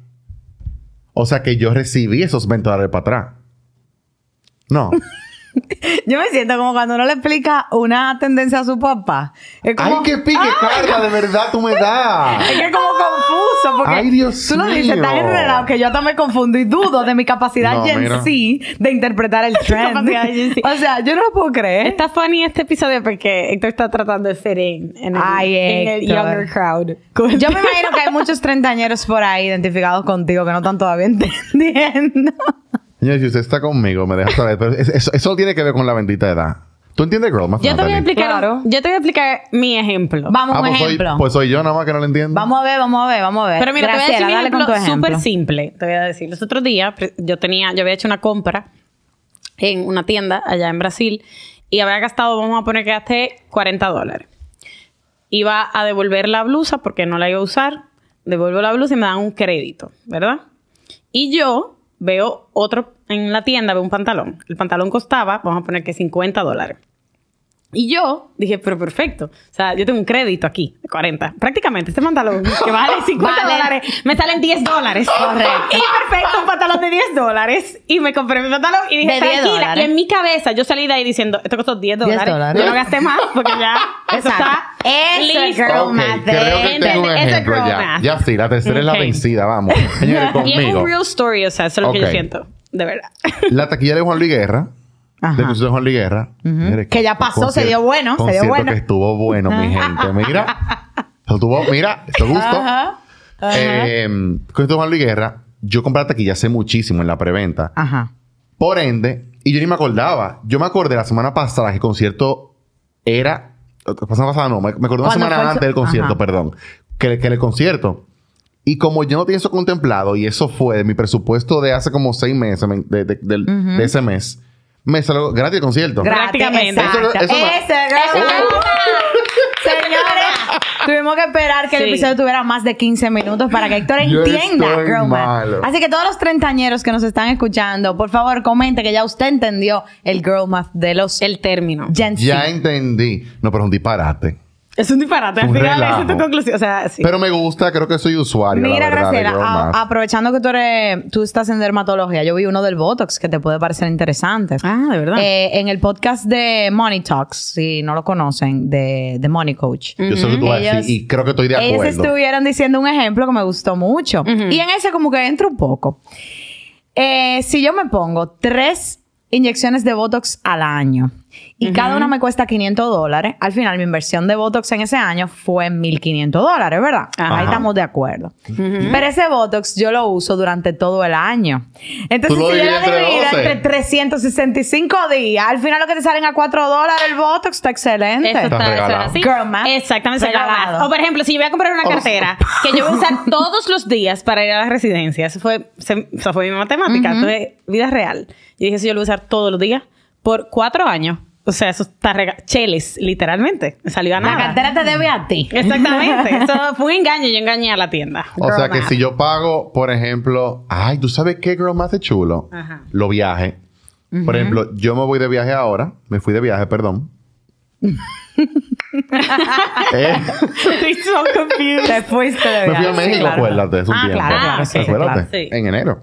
Speaker 2: O sea que yo recibí esos 20 dólares para atrás. No.
Speaker 3: Yo me siento como cuando uno le explica una tendencia a su papá. Es
Speaker 2: ¡Ay,
Speaker 3: como,
Speaker 2: qué pique, Carla! De verdad, tú me das.
Speaker 3: es que es como confuso. Porque
Speaker 2: Ay, Dios
Speaker 3: tú lo dices tan
Speaker 2: mío.
Speaker 3: enredado que yo hasta me confundo y dudo de mi capacidad
Speaker 2: No,
Speaker 3: Gen
Speaker 2: mira.
Speaker 3: Z de interpretar el trend.
Speaker 5: Capacidad Gen Z.
Speaker 3: o sea, yo no lo puedo creer.
Speaker 5: Está funny este episodio porque Héctor está tratando de ser en, en el,
Speaker 3: Ay,
Speaker 5: en el
Speaker 3: Héctor.
Speaker 5: younger crowd.
Speaker 3: Yo me imagino que hay muchos treintañeros por ahí identificados contigo que no están todavía entendiendo.
Speaker 2: Señor, si usted está conmigo, me deja saber. Pero es- eso, eso no tiene que ver con la bendita edad. ¿Tú entiendes, girl? Más
Speaker 5: Yo te voy a
Speaker 2: Natalie?
Speaker 5: explicar,
Speaker 4: Claro.
Speaker 5: yo te voy a explicar mi ejemplo.
Speaker 3: Vamos a
Speaker 2: Ah,
Speaker 3: un
Speaker 2: pues soy,
Speaker 3: ejemplo.
Speaker 2: pues soy yo nada más que no lo entiendo.
Speaker 3: Vamos a ver, vamos a ver, vamos a ver.
Speaker 5: Pero mira, te voy
Speaker 3: Graciela,
Speaker 5: a
Speaker 3: dale
Speaker 5: decir un
Speaker 3: con tu
Speaker 5: ejemplo
Speaker 3: ejemplo.
Speaker 5: súper simple. Te voy a decir. Los otros días pre- yo tenía, yo había hecho una compra en una tienda allá en Brasil y había gastado, vamos a poner que gasté 40 dólares. Iba a devolver la blusa porque no la iba a usar. Devuelvo la blusa y me dan un crédito, ¿verdad? Y yo veo otro en la tienda, veo un pantalón. El pantalón costaba, vamos a poner que 50 dólares. Y yo dije, pero perfecto. O sea, yo tengo un crédito aquí, de 40. Prácticamente, este pantalón que vale 50
Speaker 3: Vale.
Speaker 5: dólares, me salen 10 dólares.
Speaker 3: Correcto.
Speaker 5: Y perfecto, un pantalón de 10 dólares. Y me compré mi pantalón y dije,
Speaker 3: De 10
Speaker 5: tranquila. Y
Speaker 3: dólares.
Speaker 5: en mi cabeza, yo salí de ahí diciendo, esto costó 10
Speaker 1: 10
Speaker 5: dólares.
Speaker 1: dólares.
Speaker 5: Yo no gasté más porque ya eso está
Speaker 3: Exacto. Eso es
Speaker 5: listo.
Speaker 3: girl
Speaker 2: Ok,
Speaker 3: math,
Speaker 2: creo que tengo un
Speaker 5: ¿entendés? Ese
Speaker 2: ejemplo
Speaker 5: girl
Speaker 2: ya.
Speaker 5: math.
Speaker 2: Ya sí, la tercera es la
Speaker 5: Ok.
Speaker 2: vencida, vamos. Señores,
Speaker 5: Y es
Speaker 2: conmigo.
Speaker 5: un real story, o sea, eso es lo que
Speaker 2: Ok.
Speaker 5: yo siento, de verdad.
Speaker 2: La taquilla de Juan Luis Guerra. Del concierto de Juan Luis Guerra. Señores,
Speaker 3: Que ya pasó, se dio bueno, se dio
Speaker 2: concierto
Speaker 3: bueno.
Speaker 2: que estuvo bueno, mi gente. Mira. Estuvo, mira, esto gustó. Eh, concierto de Juan Luis Guerra. Yo compré la taquilla hace muchísimo en la preventa.
Speaker 3: Ajá.
Speaker 2: Por ende, y yo ni me acordaba. Yo me acordé la semana pasada que el concierto era. La semana pasada no, me, me acordé una
Speaker 3: ¿Cuándo
Speaker 2: semana
Speaker 3: fue el
Speaker 2: antes del
Speaker 3: so-
Speaker 2: concierto,
Speaker 3: Ajá.
Speaker 2: perdón. Que, que el concierto. Y como yo no tenía eso contemplado, y eso fue de mi presupuesto de hace como seis meses, me- de, de- del- de ese mes, me salió gratis el concierto.
Speaker 5: Gratis.
Speaker 3: Prácticamente.
Speaker 5: Prácticamente.
Speaker 2: Eso- eso no-
Speaker 3: Ese girl math. Señores, tuvimos que esperar que el
Speaker 5: Sí.
Speaker 3: episodio tuviera más de 15 minutos para que Héctor
Speaker 2: Yo
Speaker 3: entienda
Speaker 2: estoy
Speaker 3: girl math.
Speaker 2: malo.
Speaker 3: Así que todos los treintañeros que nos están escuchando, por favor, comente que ya usted entendió el girl math de los
Speaker 5: El término.
Speaker 3: Gen Z.
Speaker 2: Ya entendí. No, pero es un disparate.
Speaker 5: Es un disparate. Al
Speaker 2: Un
Speaker 5: final,
Speaker 2: relajo.
Speaker 5: esa es tu conclusión. O sea, sí.
Speaker 2: Pero me gusta, creo que soy usuario.
Speaker 3: Mira,
Speaker 2: la verdad, de
Speaker 3: Graciela,
Speaker 2: Girl
Speaker 3: a-
Speaker 2: Math.
Speaker 3: aprovechando que tú, eres, tú estás en dermatología, yo vi uno del Botox que te puede parecer interesante.
Speaker 5: Ah, de verdad.
Speaker 3: Eh, en el podcast de Money Talks, si no lo conocen, de, de Money Coach.
Speaker 2: Yo sé lo que tú vas a
Speaker 3: Ellos-
Speaker 2: decir y creo que estoy de
Speaker 3: Ellos
Speaker 2: acuerdo.
Speaker 3: estuvieron diciendo un ejemplo que me gustó mucho. Y en ese como que entro un poco. Eh, si yo me pongo tres inyecciones de Botox al año y cada una me cuesta 500 dólares, al final mi inversión de Botox en ese año fue 1.500 dólares, ¿verdad?
Speaker 5: Ajá.
Speaker 3: Ahí estamos de acuerdo. Pero ese Botox yo lo uso durante todo el año.
Speaker 2: Tú
Speaker 3: Entonces,
Speaker 2: lo
Speaker 3: si yo lo
Speaker 2: divides entre
Speaker 3: divido
Speaker 2: 12.
Speaker 3: entre 365 días, al final lo que te salen a 4 dólares el Botox está excelente.
Speaker 5: Eso
Speaker 2: Estás
Speaker 5: está, eso es
Speaker 2: regalado.
Speaker 5: así.
Speaker 3: Girl math.
Speaker 5: Exactamente. eso es
Speaker 3: Regalado.
Speaker 5: girl math. O por ejemplo, si yo voy a comprar una cartera que yo voy a usar todos los días para ir a la residencia. Eso fue, se- esa fue mi matemática. Entonces, vida real. Yo dije, eso yo lo voy a usar todos los días por cuatro años. O sea, eso está rega- cheles, literalmente. Me salió a
Speaker 3: La
Speaker 5: nada.
Speaker 3: cartera te debe a ti.
Speaker 5: Exactamente. Eso fue un engaño. Yo engañé a la tienda.
Speaker 2: O sea que
Speaker 5: Girl
Speaker 2: si yo pago, por ejemplo, ay, ¿tú sabes qué girl más de chulo?
Speaker 5: Ajá.
Speaker 2: Lo viaje. Por ejemplo, yo me voy de viaje ahora, me fui de viaje, perdón. Eh,
Speaker 5: math. Estoy so confused.
Speaker 3: Te fuiste de
Speaker 2: me fui a
Speaker 3: viaje,
Speaker 2: México,
Speaker 3: claro.
Speaker 2: acuérdate, es un
Speaker 3: Ah,
Speaker 2: tiempo.
Speaker 3: claro, claro, sí,
Speaker 2: acuérdate,
Speaker 5: claro. Sí.
Speaker 2: en enero.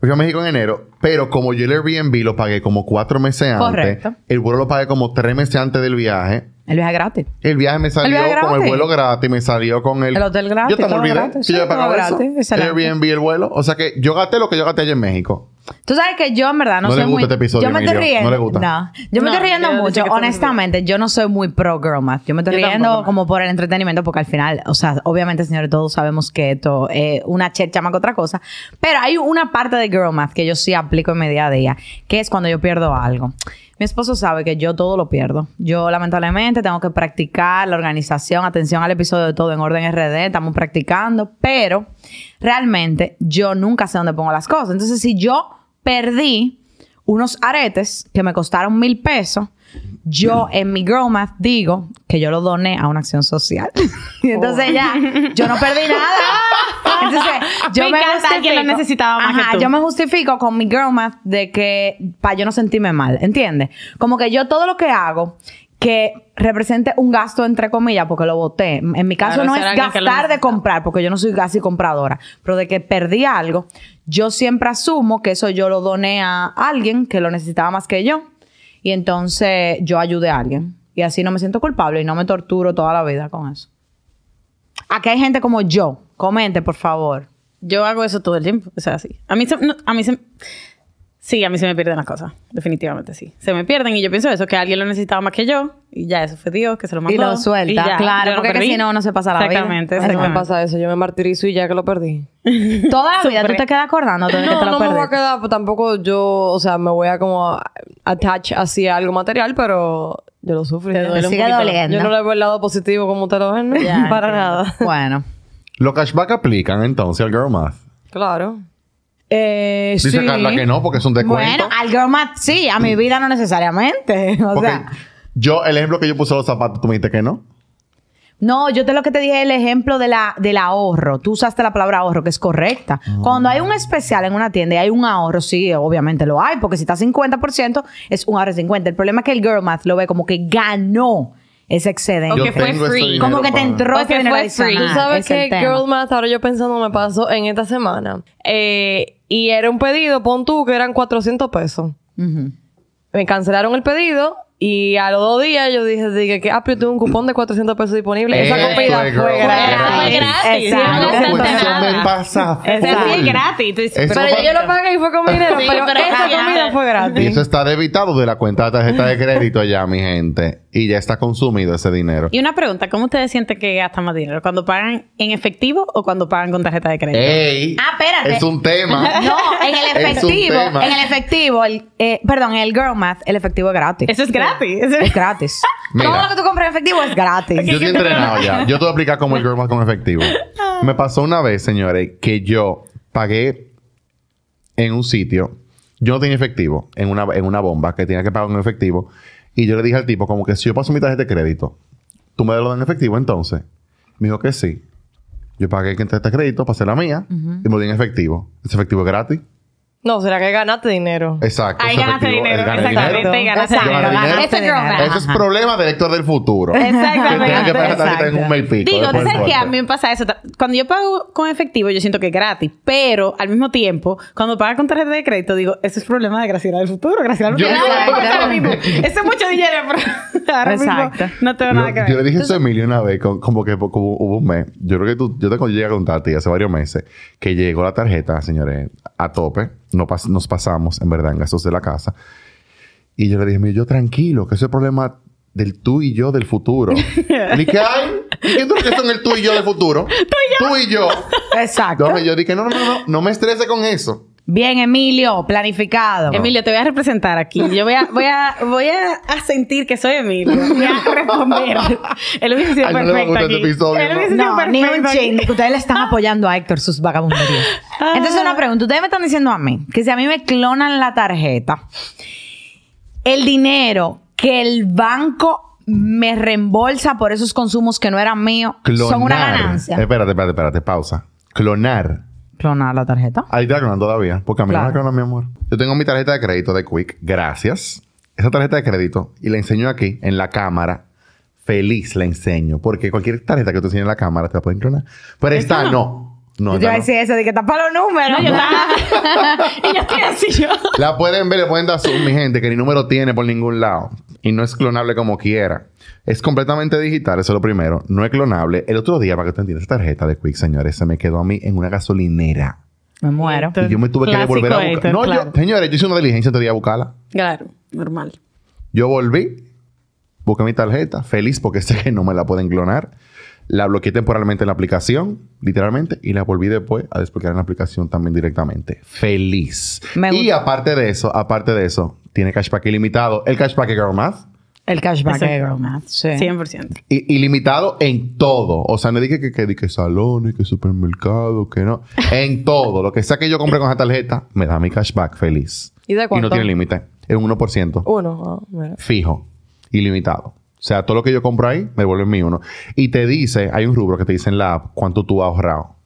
Speaker 2: Me fui a México en enero, pero como yo el Airbnb lo pagué como cuatro meses antes,
Speaker 3: Correcto.
Speaker 2: el vuelo lo pagué como tres meses antes del viaje,
Speaker 3: El viaje gratis.
Speaker 2: El viaje me salió
Speaker 3: viaje
Speaker 2: con el
Speaker 3: gratis.
Speaker 2: vuelo gratis, me salió con el...
Speaker 3: El hotel gratis,
Speaker 2: Yo te me
Speaker 3: todo
Speaker 2: olvidé
Speaker 3: gratis,
Speaker 2: que
Speaker 3: sí,
Speaker 2: yo he pagado
Speaker 3: todo
Speaker 2: eso.
Speaker 3: gratis,
Speaker 2: El
Speaker 3: excelente.
Speaker 2: Airbnb, el vuelo. O sea que yo gasté lo que yo gasté allá en México.
Speaker 3: Tú sabes que yo en verdad no,
Speaker 2: No le
Speaker 3: soy
Speaker 2: gusta
Speaker 3: muy...
Speaker 2: este episodio,
Speaker 3: yo me estoy
Speaker 2: Emilio.
Speaker 3: riendo.
Speaker 2: No le gusta.
Speaker 3: No. Yo me
Speaker 5: No,
Speaker 3: estoy riendo
Speaker 5: yo dije
Speaker 3: mucho.
Speaker 5: que fue muy
Speaker 3: Honestamente, yo no soy muy pro girl math. Yo me estoy
Speaker 5: Yo
Speaker 3: riendo
Speaker 5: tampoco, no.
Speaker 3: como por el entretenimiento porque al final, o sea, obviamente, señores, todos sabemos que esto es una chercha más que otra cosa. Pero hay una parte de girl math que yo sí aplico en mi día a día, que es cuando yo pierdo algo. Mi esposo sabe que yo todo lo pierdo. Yo lamentablemente tengo que practicar la organización, atención al episodio de todo en orden RD, estamos practicando, pero realmente yo nunca sé dónde pongo las cosas. Entonces, si yo perdí unos aretes que me costaron mil pesos, yo en mi Girl Math digo que yo lo doné a una acción social. y
Speaker 5: Oh.
Speaker 3: entonces ya, yo no perdí nada. Entonces, yo
Speaker 5: Me
Speaker 3: me,
Speaker 5: encanta,
Speaker 3: justifico.
Speaker 5: alguien lo necesitaba más
Speaker 3: Ajá,
Speaker 5: que tú.
Speaker 3: yo me justifico con mi Girl Math de que para yo no sentirme mal, ¿entiendes? Como que yo todo lo que hago que represente un gasto entre comillas porque lo boté. En mi caso
Speaker 5: Claro,
Speaker 3: no
Speaker 5: ese
Speaker 3: es
Speaker 5: era alguien que lo
Speaker 3: gastar de
Speaker 5: necesitaba.
Speaker 3: comprar porque yo no soy casi compradora, pero de que perdí algo, yo siempre asumo que eso yo lo doné a alguien que lo necesitaba más que yo y entonces yo ayudé a alguien y así no me siento culpable y no me torturo toda la vida con eso. Aquí hay gente como yo, comente por favor.
Speaker 5: Yo hago eso todo el tiempo, o sea, sí. A mí se, no, a mí se, sí, a mí se me pierden las cosas, definitivamente sí. Se me pierden y yo pienso eso, que alguien lo necesitaba más que yo y ya eso fue Dios que se lo mandó.
Speaker 3: Y lo suelta, claro,
Speaker 5: yo
Speaker 3: porque
Speaker 5: perdí.
Speaker 3: si no, no se pasa la vida.
Speaker 5: Exactamente,
Speaker 3: Ay,
Speaker 4: A mí me
Speaker 5: exactamente.
Speaker 4: pasa eso, yo me martirizo y ya que lo perdí.
Speaker 3: Toda la vida tú
Speaker 5: Súper.
Speaker 3: te quedas acordando de que
Speaker 4: No,
Speaker 3: te
Speaker 4: no
Speaker 3: lo
Speaker 4: me voy a
Speaker 3: perdiste.
Speaker 4: quedar, pues, tampoco yo, o sea, me voy a como a- attach hacia algo material, pero yo lo sufro. ya.
Speaker 3: duele un Sigue poquito, ¿no? doliendo.
Speaker 4: Yo no le veo el lado positivo como te lo ven, ¿no?
Speaker 5: Ya,
Speaker 4: para
Speaker 5: entiendo.
Speaker 4: nada.
Speaker 3: Bueno.
Speaker 2: Los cashback aplican entonces al Girl Math.
Speaker 4: Claro.
Speaker 5: Eh,
Speaker 2: Dice
Speaker 5: sí.
Speaker 2: Carla que no, porque es un descuento.
Speaker 3: Bueno, al girl mat sí, a mi vida no necesariamente. O
Speaker 2: Porque
Speaker 3: sea,
Speaker 2: yo, el ejemplo que yo puse de los zapatos, tú me dijiste que no.
Speaker 3: no, yo te lo que te dije es el ejemplo de la, del ahorro. Tú usaste la palabra ahorro, que es correcta. Cuando hay un especial en una tienda y hay un ahorro, sí, obviamente lo hay, porque si está 50%, es un ahorro de 50. El problema es que el girl math lo ve como que ganó ese excedente.
Speaker 5: O
Speaker 2: yo
Speaker 5: que fue
Speaker 2: tengo ese
Speaker 5: free.
Speaker 2: dinero
Speaker 3: Como que te
Speaker 2: para-
Speaker 3: entró ese
Speaker 5: Porque
Speaker 3: dinero
Speaker 5: fue
Speaker 3: adicional.
Speaker 5: free.
Speaker 4: Tú sabes
Speaker 3: Es el
Speaker 4: que
Speaker 3: tema.
Speaker 4: Girl Math, ahora yo pensando, me pasó en esta semana. Eh, y era un pedido, pon tú, que eran 400 pesos.
Speaker 3: Ujú.
Speaker 4: Me cancelaron el pedido y a los dos días yo dije, dije que, ah, pero yo tuve un cupón de 400 pesos disponible. Esa
Speaker 2: Eso
Speaker 4: comida
Speaker 2: es
Speaker 4: fue
Speaker 2: Girl
Speaker 4: gratis.
Speaker 2: Math.
Speaker 5: Fue gratis.
Speaker 3: Exacto.
Speaker 5: no
Speaker 2: Loco,
Speaker 3: Exacto.
Speaker 5: gastaste
Speaker 2: Ah, eso
Speaker 5: nada.
Speaker 2: me pasa
Speaker 5: Es así,
Speaker 2: full.
Speaker 5: gratis. Tú dices,
Speaker 2: Eso
Speaker 4: Pero yo,
Speaker 2: fue-
Speaker 4: yo lo pagué y fue con mi dinero.
Speaker 5: Sí,
Speaker 4: pero
Speaker 5: pero
Speaker 4: esa
Speaker 5: ya.
Speaker 4: comida fue gratis.
Speaker 2: Y eso está debitado de la cuenta de tarjeta de crédito ya, mi gente. Y ya está consumido ese dinero.
Speaker 5: Y una pregunta, ¿cómo ustedes sienten que gastan más dinero? ¿Cuando pagan en efectivo o cuando pagan con tarjeta de crédito?
Speaker 2: ¡Ey!
Speaker 3: Ah, espérate.
Speaker 2: Es un tema.
Speaker 3: No, en
Speaker 2: Es
Speaker 3: el
Speaker 2: un
Speaker 3: efectivo,
Speaker 2: tema.
Speaker 3: en el efectivo, el, eh, perdón, en el girl math, el efectivo es gratis.
Speaker 5: Eso es gratis.
Speaker 3: Es gratis.
Speaker 2: Mira.
Speaker 3: Todo lo que tú compras en efectivo es gratis.
Speaker 2: Yo estoy entrenado ya. Yo te voy a explicar cómo el girl más con efectivo. Me pasó una vez, señores, que yo pagué en un sitio. Yo no tenía efectivo en una, en una bomba que tenía que pagar en efectivo. Y yo le dije al tipo, como que si yo paso mi tarjeta de crédito, ¿tú me lo das en efectivo entonces? Me dijo que sí. Yo pagué en tarjeta de crédito, pasé la mía y me lo di en efectivo. Ese efectivo es gratis.
Speaker 4: No, será que ganaste dinero.
Speaker 2: Exacto.
Speaker 5: Ahí
Speaker 2: ese
Speaker 5: ganaste
Speaker 2: efectivo,
Speaker 5: dinero.
Speaker 2: él gana
Speaker 5: Exactamente.
Speaker 2: dinero.
Speaker 5: y Ganaste
Speaker 2: Yo gané
Speaker 5: dinero.
Speaker 2: dinero.
Speaker 3: Ese girl math.
Speaker 2: Ese es problema del Héctor del futuro. Que
Speaker 5: Exactamente.
Speaker 2: tiene que pagar la tarjeta en un mail pico.
Speaker 5: Digo,
Speaker 2: después
Speaker 5: ¿tú sabes
Speaker 2: corta.
Speaker 5: que a mí me pasa eso? Ta- Cuando yo pago con efectivo, yo siento que es gratis, pero al mismo tiempo, cuando pagas con tarjeta de crédito, digo, eso es problema de Graciela del futuro, Graciela del
Speaker 2: Yo-
Speaker 5: futuro. No me importa ahora mismo.
Speaker 2: Exactamente.
Speaker 5: Eso es mucho dinero, pero ahora
Speaker 3: Exacto.
Speaker 5: mismo no tengo nada que
Speaker 2: Yo,
Speaker 5: ver.
Speaker 2: yo le dije eso a Emilio una vez, con- como que po- como hubo un mes. Yo creo que tú, yo te con- llegué a contarte ya hace varios meses que llegó la tarjeta, señores, a tope. No pas- nos pasamos, en verdad, en gastos de la casa. Y yo le dije, mira, yo tranquilo, que ese es el problema del tú y yo del futuro. Le dije, ay, ¿y qué tú crees que son el tú y yo del futuro? Tú y yo.
Speaker 3: Exacto.
Speaker 2: No, yo dije, no, no, no, no, no me estrese con eso.
Speaker 3: Bien, Emilio, planificado.
Speaker 5: Emilio, te voy a representar aquí. Yo voy a, voy a, voy a, a sentir que soy Emilio. Voy a responder. Él hubiese sido
Speaker 2: Ay, no le va a
Speaker 5: perfecto
Speaker 2: gustar
Speaker 5: aquí.
Speaker 2: este episodio,
Speaker 5: Él
Speaker 2: ¿no?
Speaker 5: hubiese sido
Speaker 3: No, ni un
Speaker 5: perfecto aquí.
Speaker 3: ching. que Ustedes le están apoyando a Héctor sus vagabunderías. Entonces, una pregunta. Ustedes me están diciendo a mí que si a mí me clonan la tarjeta, el dinero que el banco me reembolsa por esos consumos que no eran míos
Speaker 2: Clonar. Eh.
Speaker 3: son una ganancia.
Speaker 2: Espérate, espérate, espérate, pausa. Clonar.
Speaker 3: ¿Clonar la tarjeta?
Speaker 2: Ahí te la clonan todavía, porque a mí no
Speaker 3: Claro.
Speaker 2: me la clonan, mi amor. Yo tengo mi tarjeta de crédito de Quick, gracias. Esa tarjeta de crédito, y la enseño aquí, en la cámara. Feliz la enseño, porque cualquier tarjeta que tú enseñes en la cámara te la pueden clonar. Pero esta no. No,
Speaker 3: Yo
Speaker 2: esta
Speaker 3: iba a
Speaker 2: no.
Speaker 3: decir eso, de que tapa los números.
Speaker 5: Yo estaba- y yo estoy así yo.
Speaker 2: La pueden ver, le pueden dar zoom, mi gente, que ni número tiene por ningún lado. Y no es clonable como quiera. Es completamente digital, eso es lo primero. No es clonable. El otro día, para que tú entiendas, esa tarjeta de Quick, señores, se me quedó a mí en una gasolinera.
Speaker 3: Me muero.
Speaker 2: Y yo me tuve que
Speaker 5: Clásico
Speaker 2: devolver a
Speaker 5: Héctor,
Speaker 2: buscar. No,
Speaker 5: claro.
Speaker 2: yo, señores, yo hice una diligencia este día a buscarla.
Speaker 5: Claro, normal.
Speaker 2: Yo volví, busqué mi tarjeta, feliz porque sé que no me la pueden clonar. La bloqueé temporalmente en la aplicación, literalmente, y la volví después a desbloquear en la aplicación también directamente. Feliz.
Speaker 3: Me
Speaker 2: y
Speaker 3: gusta.
Speaker 2: aparte de eso, aparte de eso, tiene cashback ilimitado. El cashback es Girl Math.
Speaker 3: El cashback
Speaker 5: Eso.
Speaker 3: de Girl Math, sí.
Speaker 5: 100%.
Speaker 2: i- Ilimitado en todo. O sea, no dije que, que, que salones, que supermercado, que no. En todo. Lo que sea que yo compre con esa tarjeta, me da mi cashback feliz.
Speaker 4: ¿Y de
Speaker 2: Y no
Speaker 4: cuánto?
Speaker 2: tiene límite. Es un 1%.
Speaker 4: Uno. ah, mira.
Speaker 2: fijo, ilimitado. O sea, todo lo que yo compro ahí me vuelve mi uno. Y te dice, hay un rubro que te dice en la app cuánto tú has ahorrado.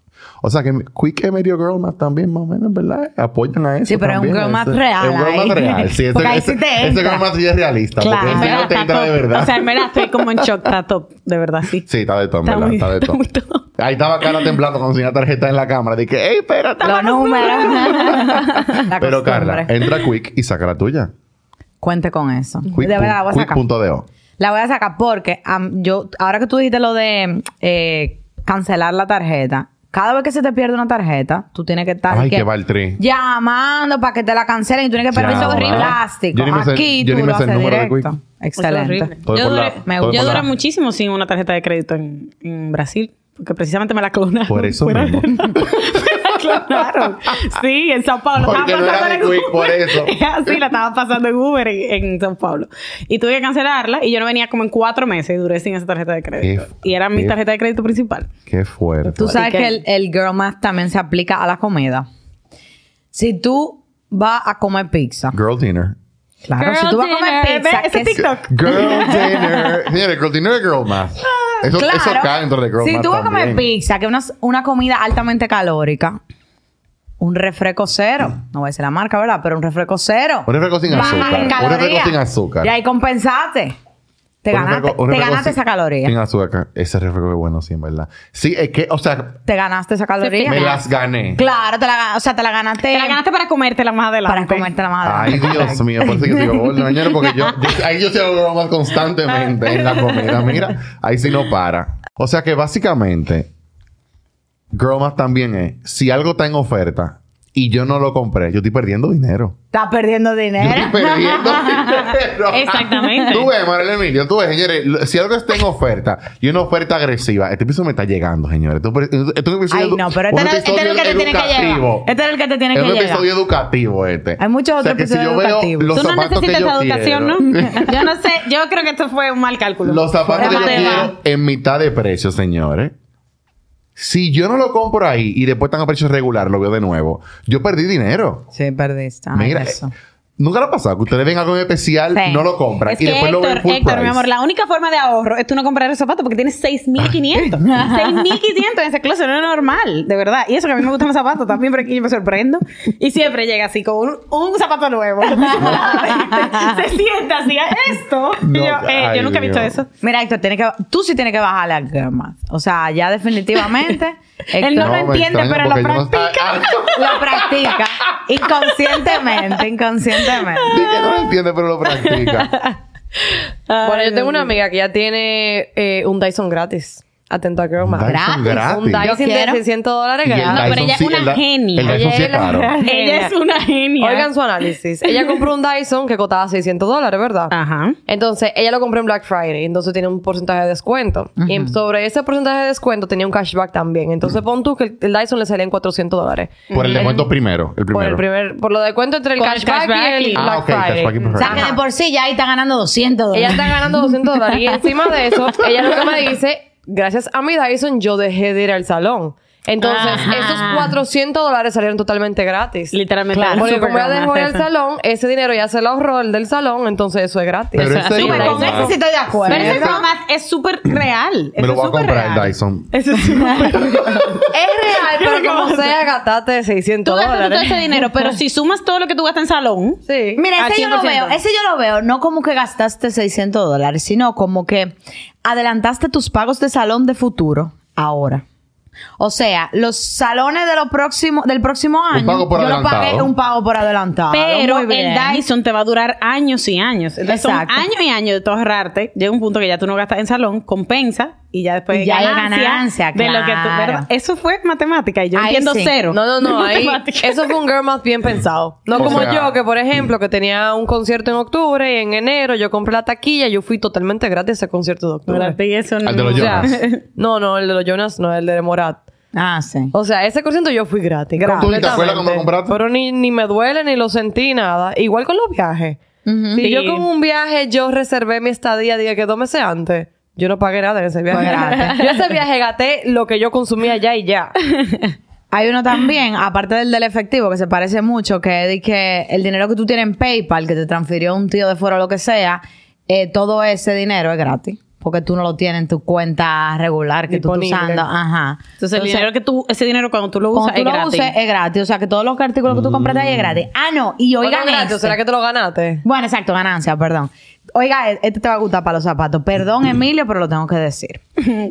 Speaker 2: O sea que Quick y Medio Girl Math también, más o menos, ¿verdad? Apoyan a eso.
Speaker 3: Sí, pero es un
Speaker 2: también,
Speaker 3: Girl
Speaker 2: a eso.
Speaker 3: Math real
Speaker 2: Es un Girl
Speaker 3: ahí.
Speaker 2: Math real. Sí, ese,
Speaker 3: Porque ahí sí
Speaker 2: ese-
Speaker 3: te
Speaker 2: ese
Speaker 3: entra.
Speaker 2: Girl Math sí es realista.
Speaker 3: Claro.
Speaker 2: Porque ese
Speaker 5: Mira,
Speaker 2: no te
Speaker 5: está
Speaker 2: entra de
Speaker 5: top.
Speaker 2: verdad.
Speaker 5: O sea, mira, estoy como en shock, está top, de verdad, sí.
Speaker 2: sí, está de todo, en
Speaker 5: está
Speaker 2: ¿verdad?
Speaker 5: muy-
Speaker 2: está de
Speaker 5: está
Speaker 2: todo.
Speaker 5: muy top.
Speaker 2: Ahí estaba Carla temblando cuando tenía tarjeta en la cámara. Dije, ¡Ey, espérate!
Speaker 3: Los números. La
Speaker 2: Pero Carla,
Speaker 3: costumbre.
Speaker 2: entra a Quick y saca la tuya.
Speaker 3: Cuente con eso.
Speaker 2: Quick,
Speaker 3: de verdad, la voy a sacar.
Speaker 2: Quick.do.
Speaker 3: La voy a sacar porque am, yo, ahora que tú dijiste lo de eh, cancelar la tarjeta, cada vez que se te pierde una tarjeta, tú tienes que estar
Speaker 2: Ay,
Speaker 3: que-
Speaker 2: que va el tri.
Speaker 3: llamando para que te la cancelen y tú tienes que pedir
Speaker 2: Ya,
Speaker 3: sobre
Speaker 2: va.
Speaker 3: plástico.
Speaker 2: Yo ni me sé-
Speaker 3: Aquí
Speaker 2: yo
Speaker 3: tú
Speaker 2: ni me
Speaker 3: lo
Speaker 2: sé el
Speaker 3: haces
Speaker 2: número de
Speaker 3: directo.
Speaker 2: Quick.
Speaker 3: Excelente.
Speaker 2: Todo
Speaker 5: Yo
Speaker 2: por la-
Speaker 5: duré,
Speaker 2: todo
Speaker 5: me
Speaker 3: por
Speaker 5: gusta. yo
Speaker 2: la-
Speaker 5: duré muchísimo sin una tarjeta de crédito en, en Brasil. Porque precisamente me la clonaron.
Speaker 2: Por eso
Speaker 5: Fuera-
Speaker 2: mismo.
Speaker 5: me la clonaron. Sí, en Sao Paulo.
Speaker 2: Porque no
Speaker 5: Estaba
Speaker 2: era
Speaker 5: pasando
Speaker 2: de
Speaker 5: en
Speaker 2: Quick, por
Speaker 5: Uber.
Speaker 2: eso.
Speaker 5: Sí, la estaba pasando en Uber en, en Sao Paulo. Y tuve que cancelarla. Y yo no venía como en cuatro meses. Duré sin esa tarjeta de crédito.
Speaker 2: Qué-
Speaker 5: y era mi
Speaker 2: qué-
Speaker 5: tarjeta de crédito principal.
Speaker 2: Qué fuerte.
Speaker 3: Tú sabes
Speaker 5: Así
Speaker 3: que
Speaker 5: que-
Speaker 3: el, el girl math también se aplica a la comida. Si tú vas a comer pizza,
Speaker 2: Girl dinner.
Speaker 3: claro,
Speaker 5: Girl
Speaker 3: si tú vas a comer
Speaker 5: dinner,
Speaker 3: pizza,
Speaker 5: ve ese
Speaker 3: que-
Speaker 5: TikTok.
Speaker 2: Girl dinner. Señores, girl dinner es girl math. Eso,
Speaker 3: Ah, Claro.
Speaker 2: eso cae dentro de girl
Speaker 3: Si
Speaker 2: math
Speaker 3: tú vas a comer
Speaker 2: también.
Speaker 3: pizza, que es una, una comida altamente calórica, un refresco cero, no voy a decir la marca, ¿verdad? Pero un refresco cero.
Speaker 2: Un refresco sin
Speaker 3: Baja en
Speaker 2: azúcar. Un refresco
Speaker 3: calorías.
Speaker 2: sin azúcar.
Speaker 3: Y ahí compensaste. Te
Speaker 2: Un
Speaker 3: ganaste,
Speaker 2: refresco- un
Speaker 3: te
Speaker 2: refresco
Speaker 3: ganaste
Speaker 2: sin-
Speaker 3: esa caloría.
Speaker 2: Sin azúcar. Ese refresco es bueno, sí, en verdad. Sí, es que, o sea,
Speaker 3: Te ganaste esa caloría.
Speaker 2: me las gané.
Speaker 3: Claro, te la, ga- o sea, te la ganaste,
Speaker 5: Te la ganaste para comértela más adelante.
Speaker 3: Eh, para comerte la madre.
Speaker 2: Ay, Dios mío, por eso que sigo gordo, señores, porque yo, yo- ahí yo sigo gordo más constantemente en la comida. Mira, ahí sí no para. O sea que básicamente, Girl Math también es, si algo está en oferta y yo no lo compré, yo estoy perdiendo dinero.
Speaker 3: Estás perdiendo
Speaker 2: Yo
Speaker 3: dinero.
Speaker 2: estoy perdiendo dinero.
Speaker 5: Exactamente.
Speaker 2: Tú ves, Manuel Emilio, tú ves, señores, lo- si algo está en oferta y una oferta agresiva, este piso me está llegando, señores. Esto- esto- esto es un
Speaker 3: Ay,
Speaker 2: episodio-
Speaker 3: no, pero este,
Speaker 2: un
Speaker 3: no- este es el que te tiene que llegar.
Speaker 2: educativo.
Speaker 3: Este es el que te tiene
Speaker 2: Es
Speaker 3: que
Speaker 2: un
Speaker 3: llegar.
Speaker 2: episodio educativo este.
Speaker 3: Hay muchos
Speaker 2: O sea,
Speaker 3: otros
Speaker 2: que si
Speaker 3: episodios
Speaker 2: yo veo
Speaker 3: educativos.
Speaker 2: los
Speaker 5: Tú no
Speaker 2: zapatos que
Speaker 5: necesitas
Speaker 2: yo
Speaker 5: educación,
Speaker 2: quiero,
Speaker 5: ¿no? Yo no sé, yo creo que esto fue un mal cálculo.
Speaker 2: Los zapatos que yo
Speaker 5: Fuera de
Speaker 2: quiero
Speaker 5: va.
Speaker 2: en mitad de precio, señores. Si yo no lo compro ahí y después están a precio regular, lo veo de nuevo. Yo perdí dinero.
Speaker 3: Sí, perdiste. Ay,
Speaker 2: Mira,
Speaker 3: Ah, eso.
Speaker 2: eh, nunca lo ha pasado que ustedes ven algo en especial,
Speaker 3: Sí.
Speaker 2: no lo compran
Speaker 5: Es
Speaker 2: y
Speaker 5: que
Speaker 2: después lo
Speaker 5: Héctor,
Speaker 2: ven full
Speaker 5: Héctor,
Speaker 2: price.
Speaker 5: mi amor, la única forma de ahorro es tú no comprar el zapato porque tienes 6.500. 6.500 en ese closet, no es normal, de verdad. Y eso que a mí me gustan los zapatos también, pero aquí yo me sorprendo. Y siempre llega así con un, un zapato nuevo. Se sienta así, ¿a esto? Y
Speaker 2: No,
Speaker 5: yo, eh,
Speaker 2: ay,
Speaker 5: yo nunca he visto
Speaker 2: Dios.
Speaker 5: eso.
Speaker 3: Mira, Héctor, tiene que, tú sí tienes que bajar la gama. O sea, ya definitivamente. Héctor,
Speaker 5: Él no, lo
Speaker 2: me
Speaker 5: entiende,
Speaker 2: extraña
Speaker 5: pero lo
Speaker 2: porque yo no-
Speaker 5: practica.
Speaker 2: Ah, ah,
Speaker 3: lo practica. Inconscientemente, inconscientemente.
Speaker 2: di que no lo entiende, pero lo practica.
Speaker 4: Bueno, yo tengo una amiga que ya tiene eh, un Dyson gratis. Atento a Girl Math.
Speaker 2: Dyson Gratis. gratis.
Speaker 4: Un
Speaker 2: Yo
Speaker 4: Dyson de
Speaker 3: quiero.
Speaker 4: 600 dólares
Speaker 2: Y el
Speaker 4: gratis.
Speaker 5: No, pero ella es
Speaker 2: sí,
Speaker 5: una
Speaker 2: el da-
Speaker 5: genia.
Speaker 2: El Dyson
Speaker 4: Ella
Speaker 2: sí
Speaker 4: es
Speaker 2: es
Speaker 4: la-
Speaker 2: caro.
Speaker 5: Ella es una genia.
Speaker 4: Oigan su análisis. Ella compró un Dyson que costaba 600 dólares, ¿verdad?
Speaker 5: Ajá.
Speaker 4: Entonces, ella lo compró en Black Friday, entonces tiene un porcentaje de descuento. Y sobre ese porcentaje de descuento tenía un cashback también. Entonces, pon tú que el- el Dyson le salía en 400 dólares.
Speaker 2: Por el descuento primero. El primero.
Speaker 4: Por el primer, por lo de cuento entre el
Speaker 5: Con el
Speaker 4: cashback,
Speaker 5: cashback
Speaker 4: y el
Speaker 5: y-
Speaker 2: Ah,
Speaker 4: Black
Speaker 2: ok, cashback y
Speaker 4: Friday.
Speaker 2: preferred.
Speaker 3: O sea, que de por sí ya ahí está ganando 200
Speaker 4: Ella
Speaker 3: dólares.
Speaker 4: está ganando 200 dólares. Y encima de eso, ella lo que me dice, gracias a mi Dyson, yo dejé de ir al salón. Entonces,
Speaker 5: Ajá.
Speaker 4: esos 400 dólares salieron totalmente gratis.
Speaker 5: Literalmente.
Speaker 3: Claro,
Speaker 5: es
Speaker 4: Porque
Speaker 5: súper
Speaker 4: como ella
Speaker 5: broma,
Speaker 4: dejó ir al
Speaker 5: César.
Speaker 4: salón, ese dinero ya se lo ahorró el del salón, entonces eso es gratis.
Speaker 2: Pero
Speaker 4: O sea,
Speaker 2: ese
Speaker 5: súper
Speaker 3: Pues
Speaker 2: Girl
Speaker 5: con
Speaker 2: Math-
Speaker 5: ese sí
Speaker 3: estoy de acuerdo.
Speaker 5: Pero
Speaker 2: Sí,
Speaker 5: ese
Speaker 2: esa-
Speaker 5: broma es súper real.
Speaker 2: Me
Speaker 5: Eso
Speaker 2: lo
Speaker 5: es
Speaker 2: voy a
Speaker 5: súper
Speaker 2: comprar el
Speaker 5: real.
Speaker 2: Dyson.
Speaker 5: Eso es súper real.
Speaker 4: Es real, pero como sea, gastaste
Speaker 5: Tú
Speaker 4: 600
Speaker 5: gastas todo ese
Speaker 4: dólares.
Speaker 5: dinero, pero si sumas todo lo que tú gastas en salón,
Speaker 4: Sí.
Speaker 3: Mira, ese yo
Speaker 5: Al
Speaker 3: lo
Speaker 5: 100%.
Speaker 3: veo, ese yo lo veo, no como que gastaste 600 dólares, sino como que adelantaste tus pagos de salón de futuro ahora. O sea, los salones de lo próximo, del próximo año,
Speaker 2: pago por
Speaker 3: yo lo
Speaker 2: adelantado.
Speaker 3: pagué un pago por adelantado.
Speaker 5: pero
Speaker 3: Muy bien.
Speaker 5: el Dyson te va a durar años y años. Entonces
Speaker 3: Exacto.
Speaker 5: son años y años de tú ahorrarte. Llega un punto que ya tú no gastas en salón, compensa y ya después
Speaker 3: Y ya hay ganancia,
Speaker 5: de lo que tú
Speaker 3: claro.
Speaker 5: ¿verdad? Eso fue matemática y yo
Speaker 3: Ahí
Speaker 5: entiendo
Speaker 3: sí.
Speaker 5: cero.
Speaker 4: No, no, no.
Speaker 5: de
Speaker 4: ahí-
Speaker 5: matemática.
Speaker 4: eso fue un girl math bien pensado. No
Speaker 2: O
Speaker 4: como
Speaker 2: sea-
Speaker 4: yo, que por ejemplo, que tenía un concierto en octubre y en enero yo compré la taquilla y yo fui totalmente gratis a ese concierto de
Speaker 5: Para
Speaker 4: octubre.
Speaker 5: ti eso no.
Speaker 2: Al de los
Speaker 5: o sea,
Speaker 2: Jonas.
Speaker 4: No, no, el de los Jonas no, el de Morat.
Speaker 3: Ah, sí.
Speaker 4: O sea, ese concierto yo fui gratis.
Speaker 2: ¿Tú ni te
Speaker 4: completamente.
Speaker 2: acuerdas cuando compraste?
Speaker 4: Pero ni, ni me duele, ni lo sentí, nada. Igual con los viajes. Si
Speaker 5: Sí.
Speaker 4: yo con un viaje, yo reservé mi estadía, dije que dos meses antes. Yo no pagué nada en ese viaje.
Speaker 3: Fue gratis.
Speaker 4: yo ese viaje gasté lo que yo consumía ya y ya.
Speaker 3: Hay uno también, aparte del del efectivo, que se parece mucho, que es de que el dinero que tú tienes en PayPal, que te transfirió un tío de fuera o lo que sea, eh, todo ese dinero es gratis. Porque tú no lo tienes en tu cuenta regular que
Speaker 4: Disponible.
Speaker 3: tú estás usando. Ajá.
Speaker 5: Entonces, el dinero que tú, ese dinero cuando tú lo usas
Speaker 3: cuando tú
Speaker 5: es
Speaker 3: lo
Speaker 5: gratis.
Speaker 3: uses, es gratis. O sea, que todos los artículos que tú compraste ahí es gratis. Ah, no. Y oigan
Speaker 4: Bueno, gratis,
Speaker 3: este.
Speaker 4: ¿Será que te lo ganaste?
Speaker 3: Bueno, exacto, ganancia, perdón. Oiga, e- este te va a gustar para los zapatos.
Speaker 5: Mm.
Speaker 3: Perdón, Emilio, pero lo tengo que decir.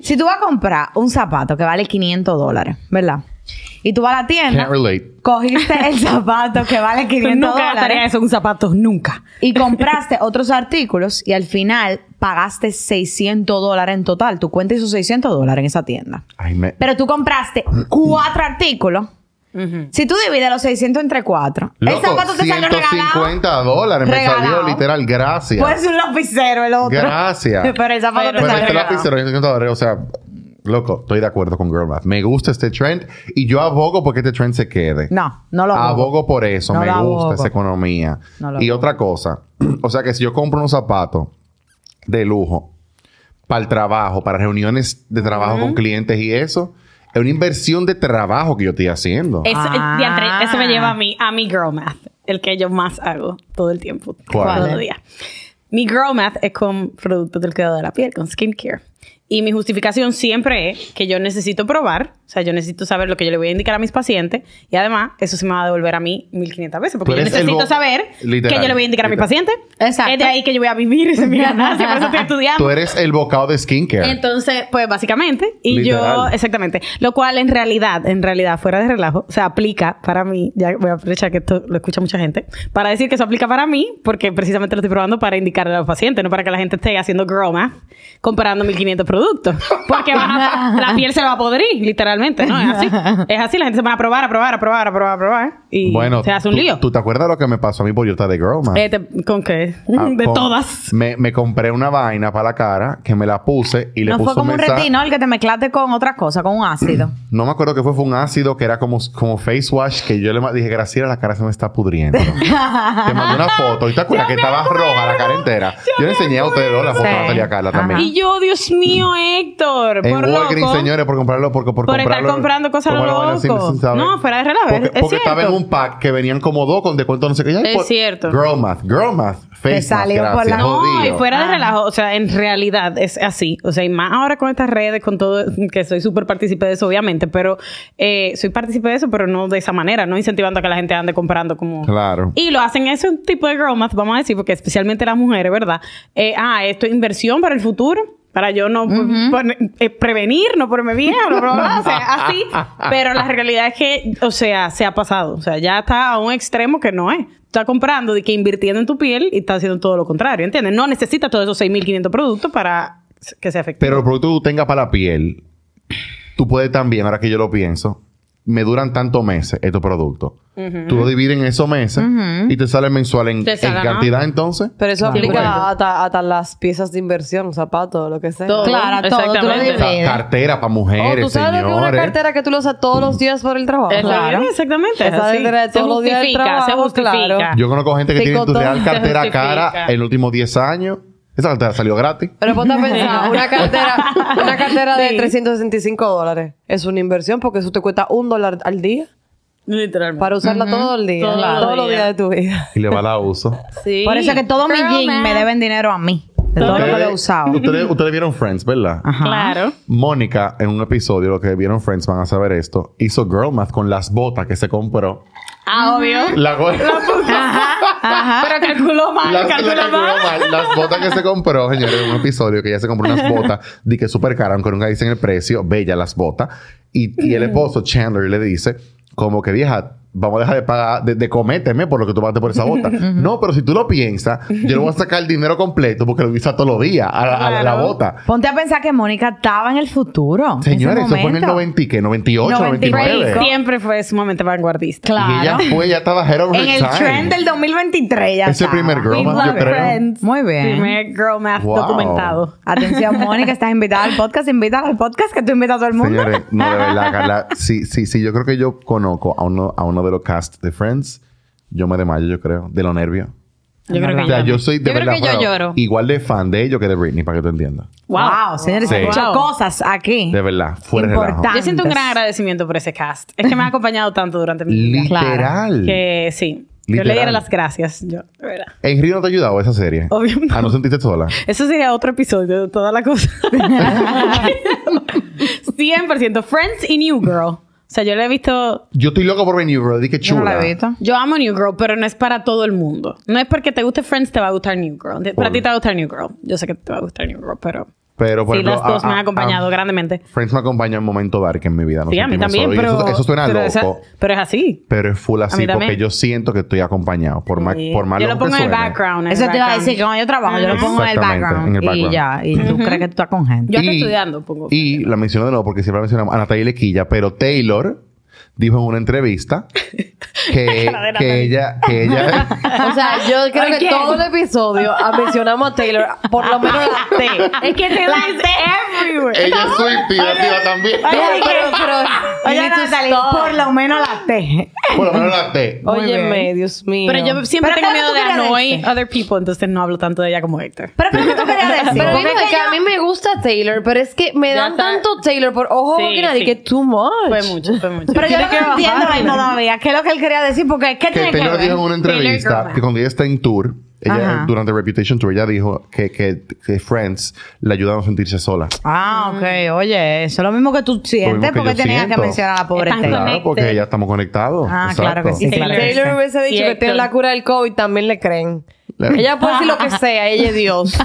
Speaker 3: Si tú vas a comprar un zapato que vale 500 dólares, ¿verdad? Y tú vas a la tienda,
Speaker 2: Can't relate.
Speaker 3: cogiste el zapato que vale 500
Speaker 5: Nunca gastaría
Speaker 3: dólares
Speaker 5: eso en zapatos, nunca.
Speaker 3: y compraste otros artículos y al final pagaste 600 dólares en total. Tu cuenta hizo 600 dólares en esa tienda.
Speaker 2: Ay, me...
Speaker 3: Pero tú compraste cuatro artículos. Si tú divides los 600 entre cuatro, el
Speaker 2: Loco,
Speaker 3: zapato te salió regalado.
Speaker 2: 150 dólares me salió
Speaker 3: Regalado.
Speaker 2: literal. Gracias.
Speaker 3: Pues un lapicero el otro.
Speaker 2: Gracias.
Speaker 3: Pero el zapato
Speaker 5: Pero
Speaker 3: te
Speaker 2: Pero
Speaker 3: sale
Speaker 2: este
Speaker 3: regalado.
Speaker 2: lapicero yo entiendo, Andrea, o sea, loco, estoy de acuerdo con Girl Math. Me gusta este trend y yo abogo porque este trend se quede.
Speaker 3: No, no lo
Speaker 2: abogo.
Speaker 3: abogo.
Speaker 2: por eso,
Speaker 3: No
Speaker 2: me
Speaker 3: lo
Speaker 2: gusta
Speaker 3: abogo.
Speaker 2: esa economía.
Speaker 3: No lo
Speaker 2: y otra cosa, o sea que si yo compro unos zapatos de lujo para el trabajo, para reuniones de trabajo con clientes y eso, Es una inversión de trabajo que yo estoy haciendo.
Speaker 5: Eso,
Speaker 3: Ah.
Speaker 5: diantre, eso me lleva a mí, a mi girl math, el que yo más hago todo el tiempo,
Speaker 2: ¿Cuál?
Speaker 5: todo el día. Mi girl math es con productos del cuidado de la piel, con skincare. Y mi justificación siempre es que yo necesito probar, o sea, yo necesito saber lo que yo le voy a indicar a mis pacientes y además eso se me va a devolver a mí 1500 veces porque
Speaker 2: Tú
Speaker 5: yo
Speaker 2: eres el
Speaker 5: necesito
Speaker 2: bo-
Speaker 5: saber
Speaker 2: Literal,
Speaker 5: que yo le voy a indicar a mis
Speaker 2: literal.
Speaker 5: pacientes.
Speaker 3: Exacto.
Speaker 5: Es de ahí que yo voy a vivir, esa es mi ganancia, por eso estoy estudiando.
Speaker 2: Tú eres el bocado de skincare.
Speaker 5: Entonces, pues básicamente, y yo,
Speaker 2: Literal.
Speaker 5: exactamente, lo cual en realidad, en realidad, fuera de relajo, o sea, aplica para mí, ya voy a aprovechar que esto lo escucha mucha gente, para decir que eso aplica para mí, porque precisamente lo estoy probando para indicarle a los pacientes, no para que la gente esté haciendo girl math comparando 1500 productos, porque van a- la piel se la va a podrir, literalmente, ¿no? Es así, es así, la gente se va a probar, a probar, a probar, a probar, a probar, y
Speaker 2: bueno,
Speaker 5: se hace un
Speaker 2: tú-
Speaker 5: lío.
Speaker 2: ¿Tú te acuerdas lo que me pasó a mí por yo estar de girl, man?
Speaker 5: Eh, te- ¿Con qué?
Speaker 2: Ah,
Speaker 5: de
Speaker 2: con-
Speaker 5: todas.
Speaker 2: Me, me compré una vaina para la cara que me la puse y le
Speaker 3: no
Speaker 2: puse
Speaker 3: fue como un
Speaker 2: mensaje. Mm.
Speaker 3: retinol que te mezclaste con otra cosa, con un ácido.
Speaker 2: No me acuerdo qué fue, fue un ácido que era como, como face wash que yo le ma- dije, Graciela, la cara se me está pudriendo. te mandé una foto y te acuerdas que estaba roja la cara entera. Yo le enseñé a ustedes dos la foto
Speaker 3: Sí.
Speaker 2: a Natalia Carla
Speaker 3: Ajá.
Speaker 2: también.
Speaker 5: Y yo, Dios mío, Héctor,
Speaker 2: Ah. En
Speaker 5: por
Speaker 2: Walgreens,
Speaker 5: loco.
Speaker 2: señores, por comprarlo, por, por,
Speaker 5: Por estar
Speaker 2: comprarlo-
Speaker 5: comprando cosas a lo
Speaker 2: comprarlo sin-
Speaker 5: loco.
Speaker 2: sin saber.
Speaker 5: No, fuera de relajo,
Speaker 2: Porque,
Speaker 5: es- es
Speaker 2: porque estaba en
Speaker 5: cierto.
Speaker 2: un pack que venían como dos con descuento, no sé qué. Ya,
Speaker 5: Es
Speaker 2: por-
Speaker 5: cierto.
Speaker 2: Girl math, girl math, face mask,
Speaker 3: salió por
Speaker 2: gracias,
Speaker 3: la-
Speaker 5: No,
Speaker 2: jodido.
Speaker 5: y fuera de
Speaker 3: Ah.
Speaker 5: relajo, o sea, en realidad es así. O sea, y más ahora con estas redes, con todo, que soy súper partícipe de eso, obviamente, pero eh, soy partícipe de eso, pero no de esa manera, no incentivando a que la gente ande comprando como...
Speaker 2: Claro.
Speaker 5: Y lo hacen ese tipo de girl math, vamos a decir, porque especialmente las mujeres, ¿verdad? Eh, ah, esto es inversión para el futuro. Para yo no pone- eh, prevenir, no ponerme bien, bla, bla, bla, o sea, así. Pero la realidad es que, o sea, se ha pasado. O sea, ya está a un extremo que no es. Está comprando de que invirtiendo en tu piel y está haciendo todo lo contrario, ¿entiendes? No necesitas todos esos 6.500 productos para que sea efectivo.
Speaker 2: Pero el producto que tú tengas para la piel, tú puedes también, ahora que yo lo pienso, me duran tantos meses estos productos. Tú lo divides en esos meses y te sale mensual en,
Speaker 5: Te sale,
Speaker 2: en
Speaker 5: ¿no?
Speaker 2: cantidad entonces.
Speaker 4: Pero eso
Speaker 2: Correcto.
Speaker 4: aplica hasta, hasta las piezas de inversión, zapatos, lo que sea.
Speaker 5: Todo.
Speaker 3: Claro, todo, tú lo
Speaker 5: Exactamente.
Speaker 2: O sea,
Speaker 3: divides.
Speaker 2: cartera para
Speaker 4: O
Speaker 2: mujeres,
Speaker 4: eh, oh, tú sabes lo que es una
Speaker 2: señores.
Speaker 4: cartera que tú lo usas todos los días por el trabajo.
Speaker 5: Es la idea, exactamente. es
Speaker 4: Esa
Speaker 5: así.
Speaker 4: dentro de
Speaker 5: Se
Speaker 4: todos los días del
Speaker 5: justifica, se
Speaker 4: trabajo,
Speaker 5: justifica.
Speaker 4: claro.
Speaker 2: Yo conozco gente que tiene tu
Speaker 4: Picotón.
Speaker 2: real cartera
Speaker 5: Se
Speaker 2: cara
Speaker 5: justifica.
Speaker 2: en los últimos 10 años. Esa cartera salió gratis.
Speaker 4: Pero ponte a pensar, una cartera, una cartera
Speaker 5: Sí.
Speaker 4: de 365 dólares es una inversión porque eso te cuesta un dólar al día
Speaker 5: Literalmente.
Speaker 4: para usarla todo el día,
Speaker 5: Todo el
Speaker 4: todos los
Speaker 5: día.
Speaker 4: días de tu vida.
Speaker 2: Y le va la uso.
Speaker 5: Sí.
Speaker 3: Por eso es que todos mis
Speaker 5: Girl
Speaker 3: jeans me
Speaker 5: math.
Speaker 3: deben dinero a mí. De todo lo que lo he usado.
Speaker 2: Ustedes, ustedes vieron Friends, ¿verdad?
Speaker 5: Claro.
Speaker 2: Mónica, en un episodio, los que vieron Friends van a saber esto, hizo girl math con las botas que se compró.
Speaker 5: Ah, obvio.
Speaker 2: La go-
Speaker 5: Pero calculó mal,
Speaker 2: Las,
Speaker 5: calculó
Speaker 2: la-
Speaker 5: mal.
Speaker 2: mal. Las botas que se compró, señores, en un episodio que ella se compró unas botas de que súper caras, aunque nunca dicen el precio, bella las botas. Y, y el esposo Chandler le dice, como que vieja, vamos a dejar de pagar, de, de cométeme por lo que tú pagaste por esa bota. no, pero si tú lo piensas, yo le voy a sacar el dinero completo porque lo usa todos los días a la, a la- a la
Speaker 5: Claro.
Speaker 2: bota.
Speaker 3: Ponte a pensar que Mónica estaba en el futuro. en ese
Speaker 2: Señores, eso fue en el
Speaker 3: momento.
Speaker 2: 90, y ¿qué? 98,
Speaker 3: 95.
Speaker 2: 99.
Speaker 5: Siempre fue sumamente vanguardista.
Speaker 2: Y ella
Speaker 3: Claro.
Speaker 2: fue, ella estaba head of her
Speaker 3: En el
Speaker 2: time.
Speaker 3: trend del 2023 ya
Speaker 2: Ese
Speaker 3: estaba.
Speaker 2: primer girl
Speaker 5: We
Speaker 2: math, yo
Speaker 5: love
Speaker 2: creo.
Speaker 5: Friends.
Speaker 3: Muy bien.
Speaker 5: Primer girl math
Speaker 2: Wow.
Speaker 5: documentado.
Speaker 3: Atención, Mónica, estás invitada al podcast. Invítala al podcast que tú invitas a todo el mundo.
Speaker 2: Señores, no, de verdad, Carla. Sí, sí, sí. Yo creo que yo conozco a uno, a uno de los cast de Friends. Yo me desmayo, yo creo, de lo nervio.
Speaker 5: Yo creo
Speaker 2: O sea, yo soy de
Speaker 5: Yo creo
Speaker 2: verdad
Speaker 5: que yo
Speaker 2: pero
Speaker 5: lloro.
Speaker 2: igual de fan de ellos que de Britney, para que tú entiendas.
Speaker 5: Wow.
Speaker 3: Wow, señores, se
Speaker 2: Sí.
Speaker 3: escuchan
Speaker 5: Wow.
Speaker 3: cosas aquí.
Speaker 2: De verdad, fuera de relajo.
Speaker 3: Importante.
Speaker 5: Yo siento un gran agradecimiento por ese cast. Es que me ha acompañado tanto durante mi vida.
Speaker 2: Literal.
Speaker 5: Que sí. Yo le
Speaker 2: Literal.
Speaker 5: diera las gracias. Yo, de verdad.
Speaker 2: En Río no te ha ayudado esa serie.
Speaker 5: Obvio no.
Speaker 2: Ah, no sentiste sola.
Speaker 5: Eso sería otro episodio de toda la cosa. 100%. Friends y New Girl. O sea, yo le he visto
Speaker 2: Yo estoy loco por ver New Girl. Di que
Speaker 3: Yo no
Speaker 2: chula.
Speaker 3: la he visto.
Speaker 5: Yo amo New Girl, pero no es para todo el mundo. No es porque te guste Friends, te va a gustar New Girl. De- Para
Speaker 2: Por-
Speaker 5: ti te va a gustar New Girl. Yo sé que te va a gustar New Girl, pero
Speaker 2: Pero, por
Speaker 5: sí,
Speaker 2: ejemplo,
Speaker 5: las dos
Speaker 2: a-
Speaker 5: me han
Speaker 2: a-
Speaker 5: acompañado
Speaker 2: a-
Speaker 5: grandemente.
Speaker 2: Friends me acompaña en un momento dark en mi vida. nos
Speaker 5: sí, a mí
Speaker 2: sentimos
Speaker 5: también,
Speaker 2: solos. Y
Speaker 5: pero...
Speaker 2: eso, eso suena
Speaker 5: pero
Speaker 2: loco.
Speaker 5: esa- pero es así.
Speaker 2: Pero es full así
Speaker 5: mí
Speaker 2: porque
Speaker 5: también.
Speaker 2: yo siento que estoy acompañado. Por más,
Speaker 5: Sí.
Speaker 2: por más
Speaker 5: yo
Speaker 2: loco
Speaker 5: lo pongo
Speaker 2: que
Speaker 5: en el
Speaker 2: suene.
Speaker 5: background. en
Speaker 3: Eso
Speaker 5: el
Speaker 3: te iba a
Speaker 5: background.
Speaker 3: decir que cuando yo trabajo, yo lo pongo en el
Speaker 2: Exactamente,
Speaker 3: background.
Speaker 2: en el
Speaker 3: Y ya, y tú crees que tú estás con gente.
Speaker 5: Yo estoy
Speaker 2: Y-
Speaker 5: estudiando, pongo.
Speaker 2: Y la menciono de nuevo porque siempre la mencionamos a Natalia Lequilla, pero Taylor dijo en una entrevista que,
Speaker 5: Cara de
Speaker 2: que ella, que ella,
Speaker 4: O sea, yo creo que
Speaker 5: quién?
Speaker 4: todo el episodio ah, mencionamos a Taylor, por lo menos la T.
Speaker 5: es que te da
Speaker 2: Ella
Speaker 3: vive.
Speaker 2: es su inspirativa también.
Speaker 3: Oye,
Speaker 4: Pero,
Speaker 3: pero,
Speaker 4: pero-
Speaker 3: Oye,
Speaker 4: you need to
Speaker 3: Natalie,
Speaker 4: stop.
Speaker 3: por lo menos la T.
Speaker 2: Por lo menos la T.
Speaker 3: Muy
Speaker 4: Óyeme,
Speaker 3: bien.
Speaker 4: Dios mío.
Speaker 5: Pero yo siempre
Speaker 3: Pero
Speaker 5: tengo
Speaker 3: ¿qué es lo
Speaker 5: miedo de
Speaker 3: que tú querías
Speaker 5: annoy
Speaker 3: decir?
Speaker 5: other people, entonces no hablo tanto de ella como Héctor.
Speaker 3: Pero, pero, ¿qué tú querías decir?
Speaker 4: Pero
Speaker 3: Porque
Speaker 4: dime
Speaker 3: es que
Speaker 4: que a
Speaker 3: yo-
Speaker 4: mí me gusta Taylor, pero es que me
Speaker 5: Ya
Speaker 4: dan
Speaker 5: está.
Speaker 4: tanto Taylor por ojo
Speaker 5: Sí,
Speaker 4: que nadie
Speaker 5: sí.
Speaker 4: que too much.
Speaker 5: Fue mucho, fue mucho.
Speaker 3: Pero yo
Speaker 5: Tiene
Speaker 3: no
Speaker 5: que
Speaker 3: entiendo
Speaker 5: bajarle.
Speaker 3: ahí todavía. ¿Qué es lo que él quería decir? Porque, ¿qué
Speaker 2: Que
Speaker 3: tiene que
Speaker 2: Taylor
Speaker 3: ver?
Speaker 2: dijo en una entrevista
Speaker 5: Girlfriend.
Speaker 2: que cuando ella está en tour, ella,
Speaker 3: Ajá.
Speaker 2: durante Reputation Tour, ella dijo que, que, que Friends le ayudaron a sentirse sola.
Speaker 3: Ah, ok. Oye, eso es lo mismo que tú sientes.
Speaker 2: que
Speaker 3: porque
Speaker 2: yo
Speaker 3: tenías que
Speaker 2: siento.
Speaker 3: mencionar a la pobre
Speaker 5: Están
Speaker 3: Taylor?
Speaker 2: Claro,
Speaker 5: Connected.
Speaker 2: porque ya estamos conectados.
Speaker 3: Ah, claro que sí,
Speaker 2: Exacto.
Speaker 3: claro. que
Speaker 4: Taylor
Speaker 3: sí.
Speaker 4: hubiese dicho que
Speaker 5: Cierto.
Speaker 4: tiene la cura del COVID, también le creen.
Speaker 2: Claro.
Speaker 4: Ella puede decir lo que sea, ella es Dios.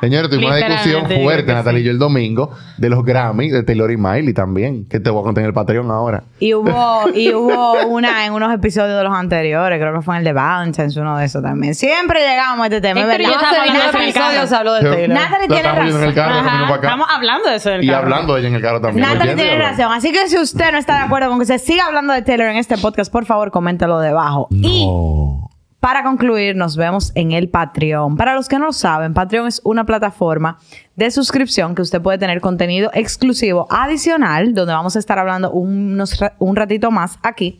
Speaker 2: Señores, tuvimos una
Speaker 5: Literalmente,
Speaker 2: discusión
Speaker 5: digo
Speaker 2: fuerte,
Speaker 5: que
Speaker 2: Natalia y yo el domingo, de los Grammy, de Taylor y Miley también, que te voy a contar en el Patreon ahora.
Speaker 3: Y hubo, y hubo una en unos episodios de los anteriores, creo que fue en el de Valentine's, uno de esos también. Siempre llegamos a este tema, es
Speaker 5: Héctor y
Speaker 3: ¿verdad?
Speaker 5: yo estamos
Speaker 4: En ese episodio
Speaker 5: hablando de Taylor.
Speaker 4: se habló de
Speaker 2: Yo-
Speaker 4: Taylor.
Speaker 3: Natalie
Speaker 2: La
Speaker 3: tiene
Speaker 2: estamos viendo en el carro,
Speaker 5: Ajá,
Speaker 2: camino para acá.
Speaker 5: Estamos hablando de eso en el
Speaker 2: Y
Speaker 5: carro.
Speaker 2: hablando de ella en el carro también.
Speaker 3: Natalie
Speaker 2: ¿entiendes?
Speaker 3: tiene razón. Así que si usted no está de acuerdo con que se siga hablando de Taylor en este podcast, por favor, coméntalo debajo. Y
Speaker 2: No.
Speaker 3: para concluir, nos vemos en el Patreon. Para los que no lo saben, Patreon es una plataforma de suscripción que usted puede tener contenido exclusivo adicional, donde vamos a estar hablando unos ra- un ratito más aquí.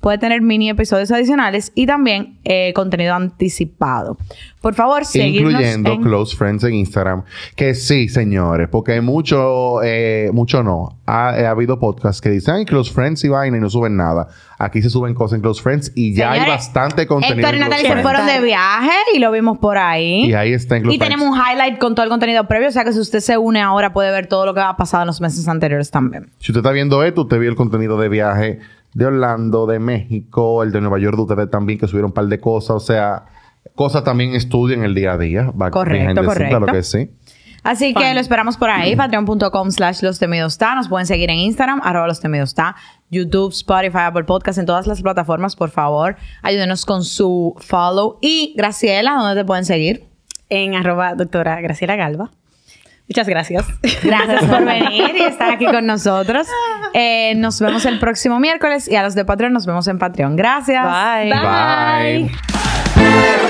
Speaker 3: Puede tener mini episodios adicionales y también eh, contenido anticipado. Por favor, seguirnos
Speaker 2: Incluyendo
Speaker 3: en-
Speaker 2: close friends en Instagram. Que sí, señores, porque hay mucho, eh, mucho no. Ha, ha habido podcasts que dicen, ay, close friends y vaina y no suben nada. Aquí se suben cosas en close friends y ya hay
Speaker 3: Señores,
Speaker 2: bastante contenido.
Speaker 3: Héctor y
Speaker 2: en Close
Speaker 3: Natalie se
Speaker 2: Friends.
Speaker 3: fueron de viaje y lo vimos por ahí.
Speaker 2: Y ahí está en Close
Speaker 3: Y tenemos
Speaker 2: Friends.
Speaker 3: un highlight con todo el contenido previo, o sea que si usted se une ahora puede ver todo lo que ha pasado en los meses anteriores también.
Speaker 2: Si usted está viendo esto, usted vio el contenido de viaje de Orlando, de México, el de Nueva York de ustedes también, que subieron un par de cosas. O sea, cosas también estudian el día a día. Back-
Speaker 3: Correcto,
Speaker 2: behind the scenes,
Speaker 3: correcto.
Speaker 2: Claro que sí.
Speaker 3: Así que lo esperamos por ahí, patreon.com slash los temidos ta. Nos pueden seguir en Instagram, arroba los temidos ta, YouTube, Spotify, Apple Podcast, en todas las plataformas, por favor. Ayúdenos con su follow. Y Graciela, ¿dónde te pueden seguir?
Speaker 5: En arroba doctora Graciela Galva. Muchas gracias.
Speaker 3: Gracias por venir y estar aquí con nosotros. Eh, nos vemos el próximo miércoles y a los de Patreon nos vemos en Patreon. Gracias.
Speaker 4: Bye.
Speaker 2: Bye.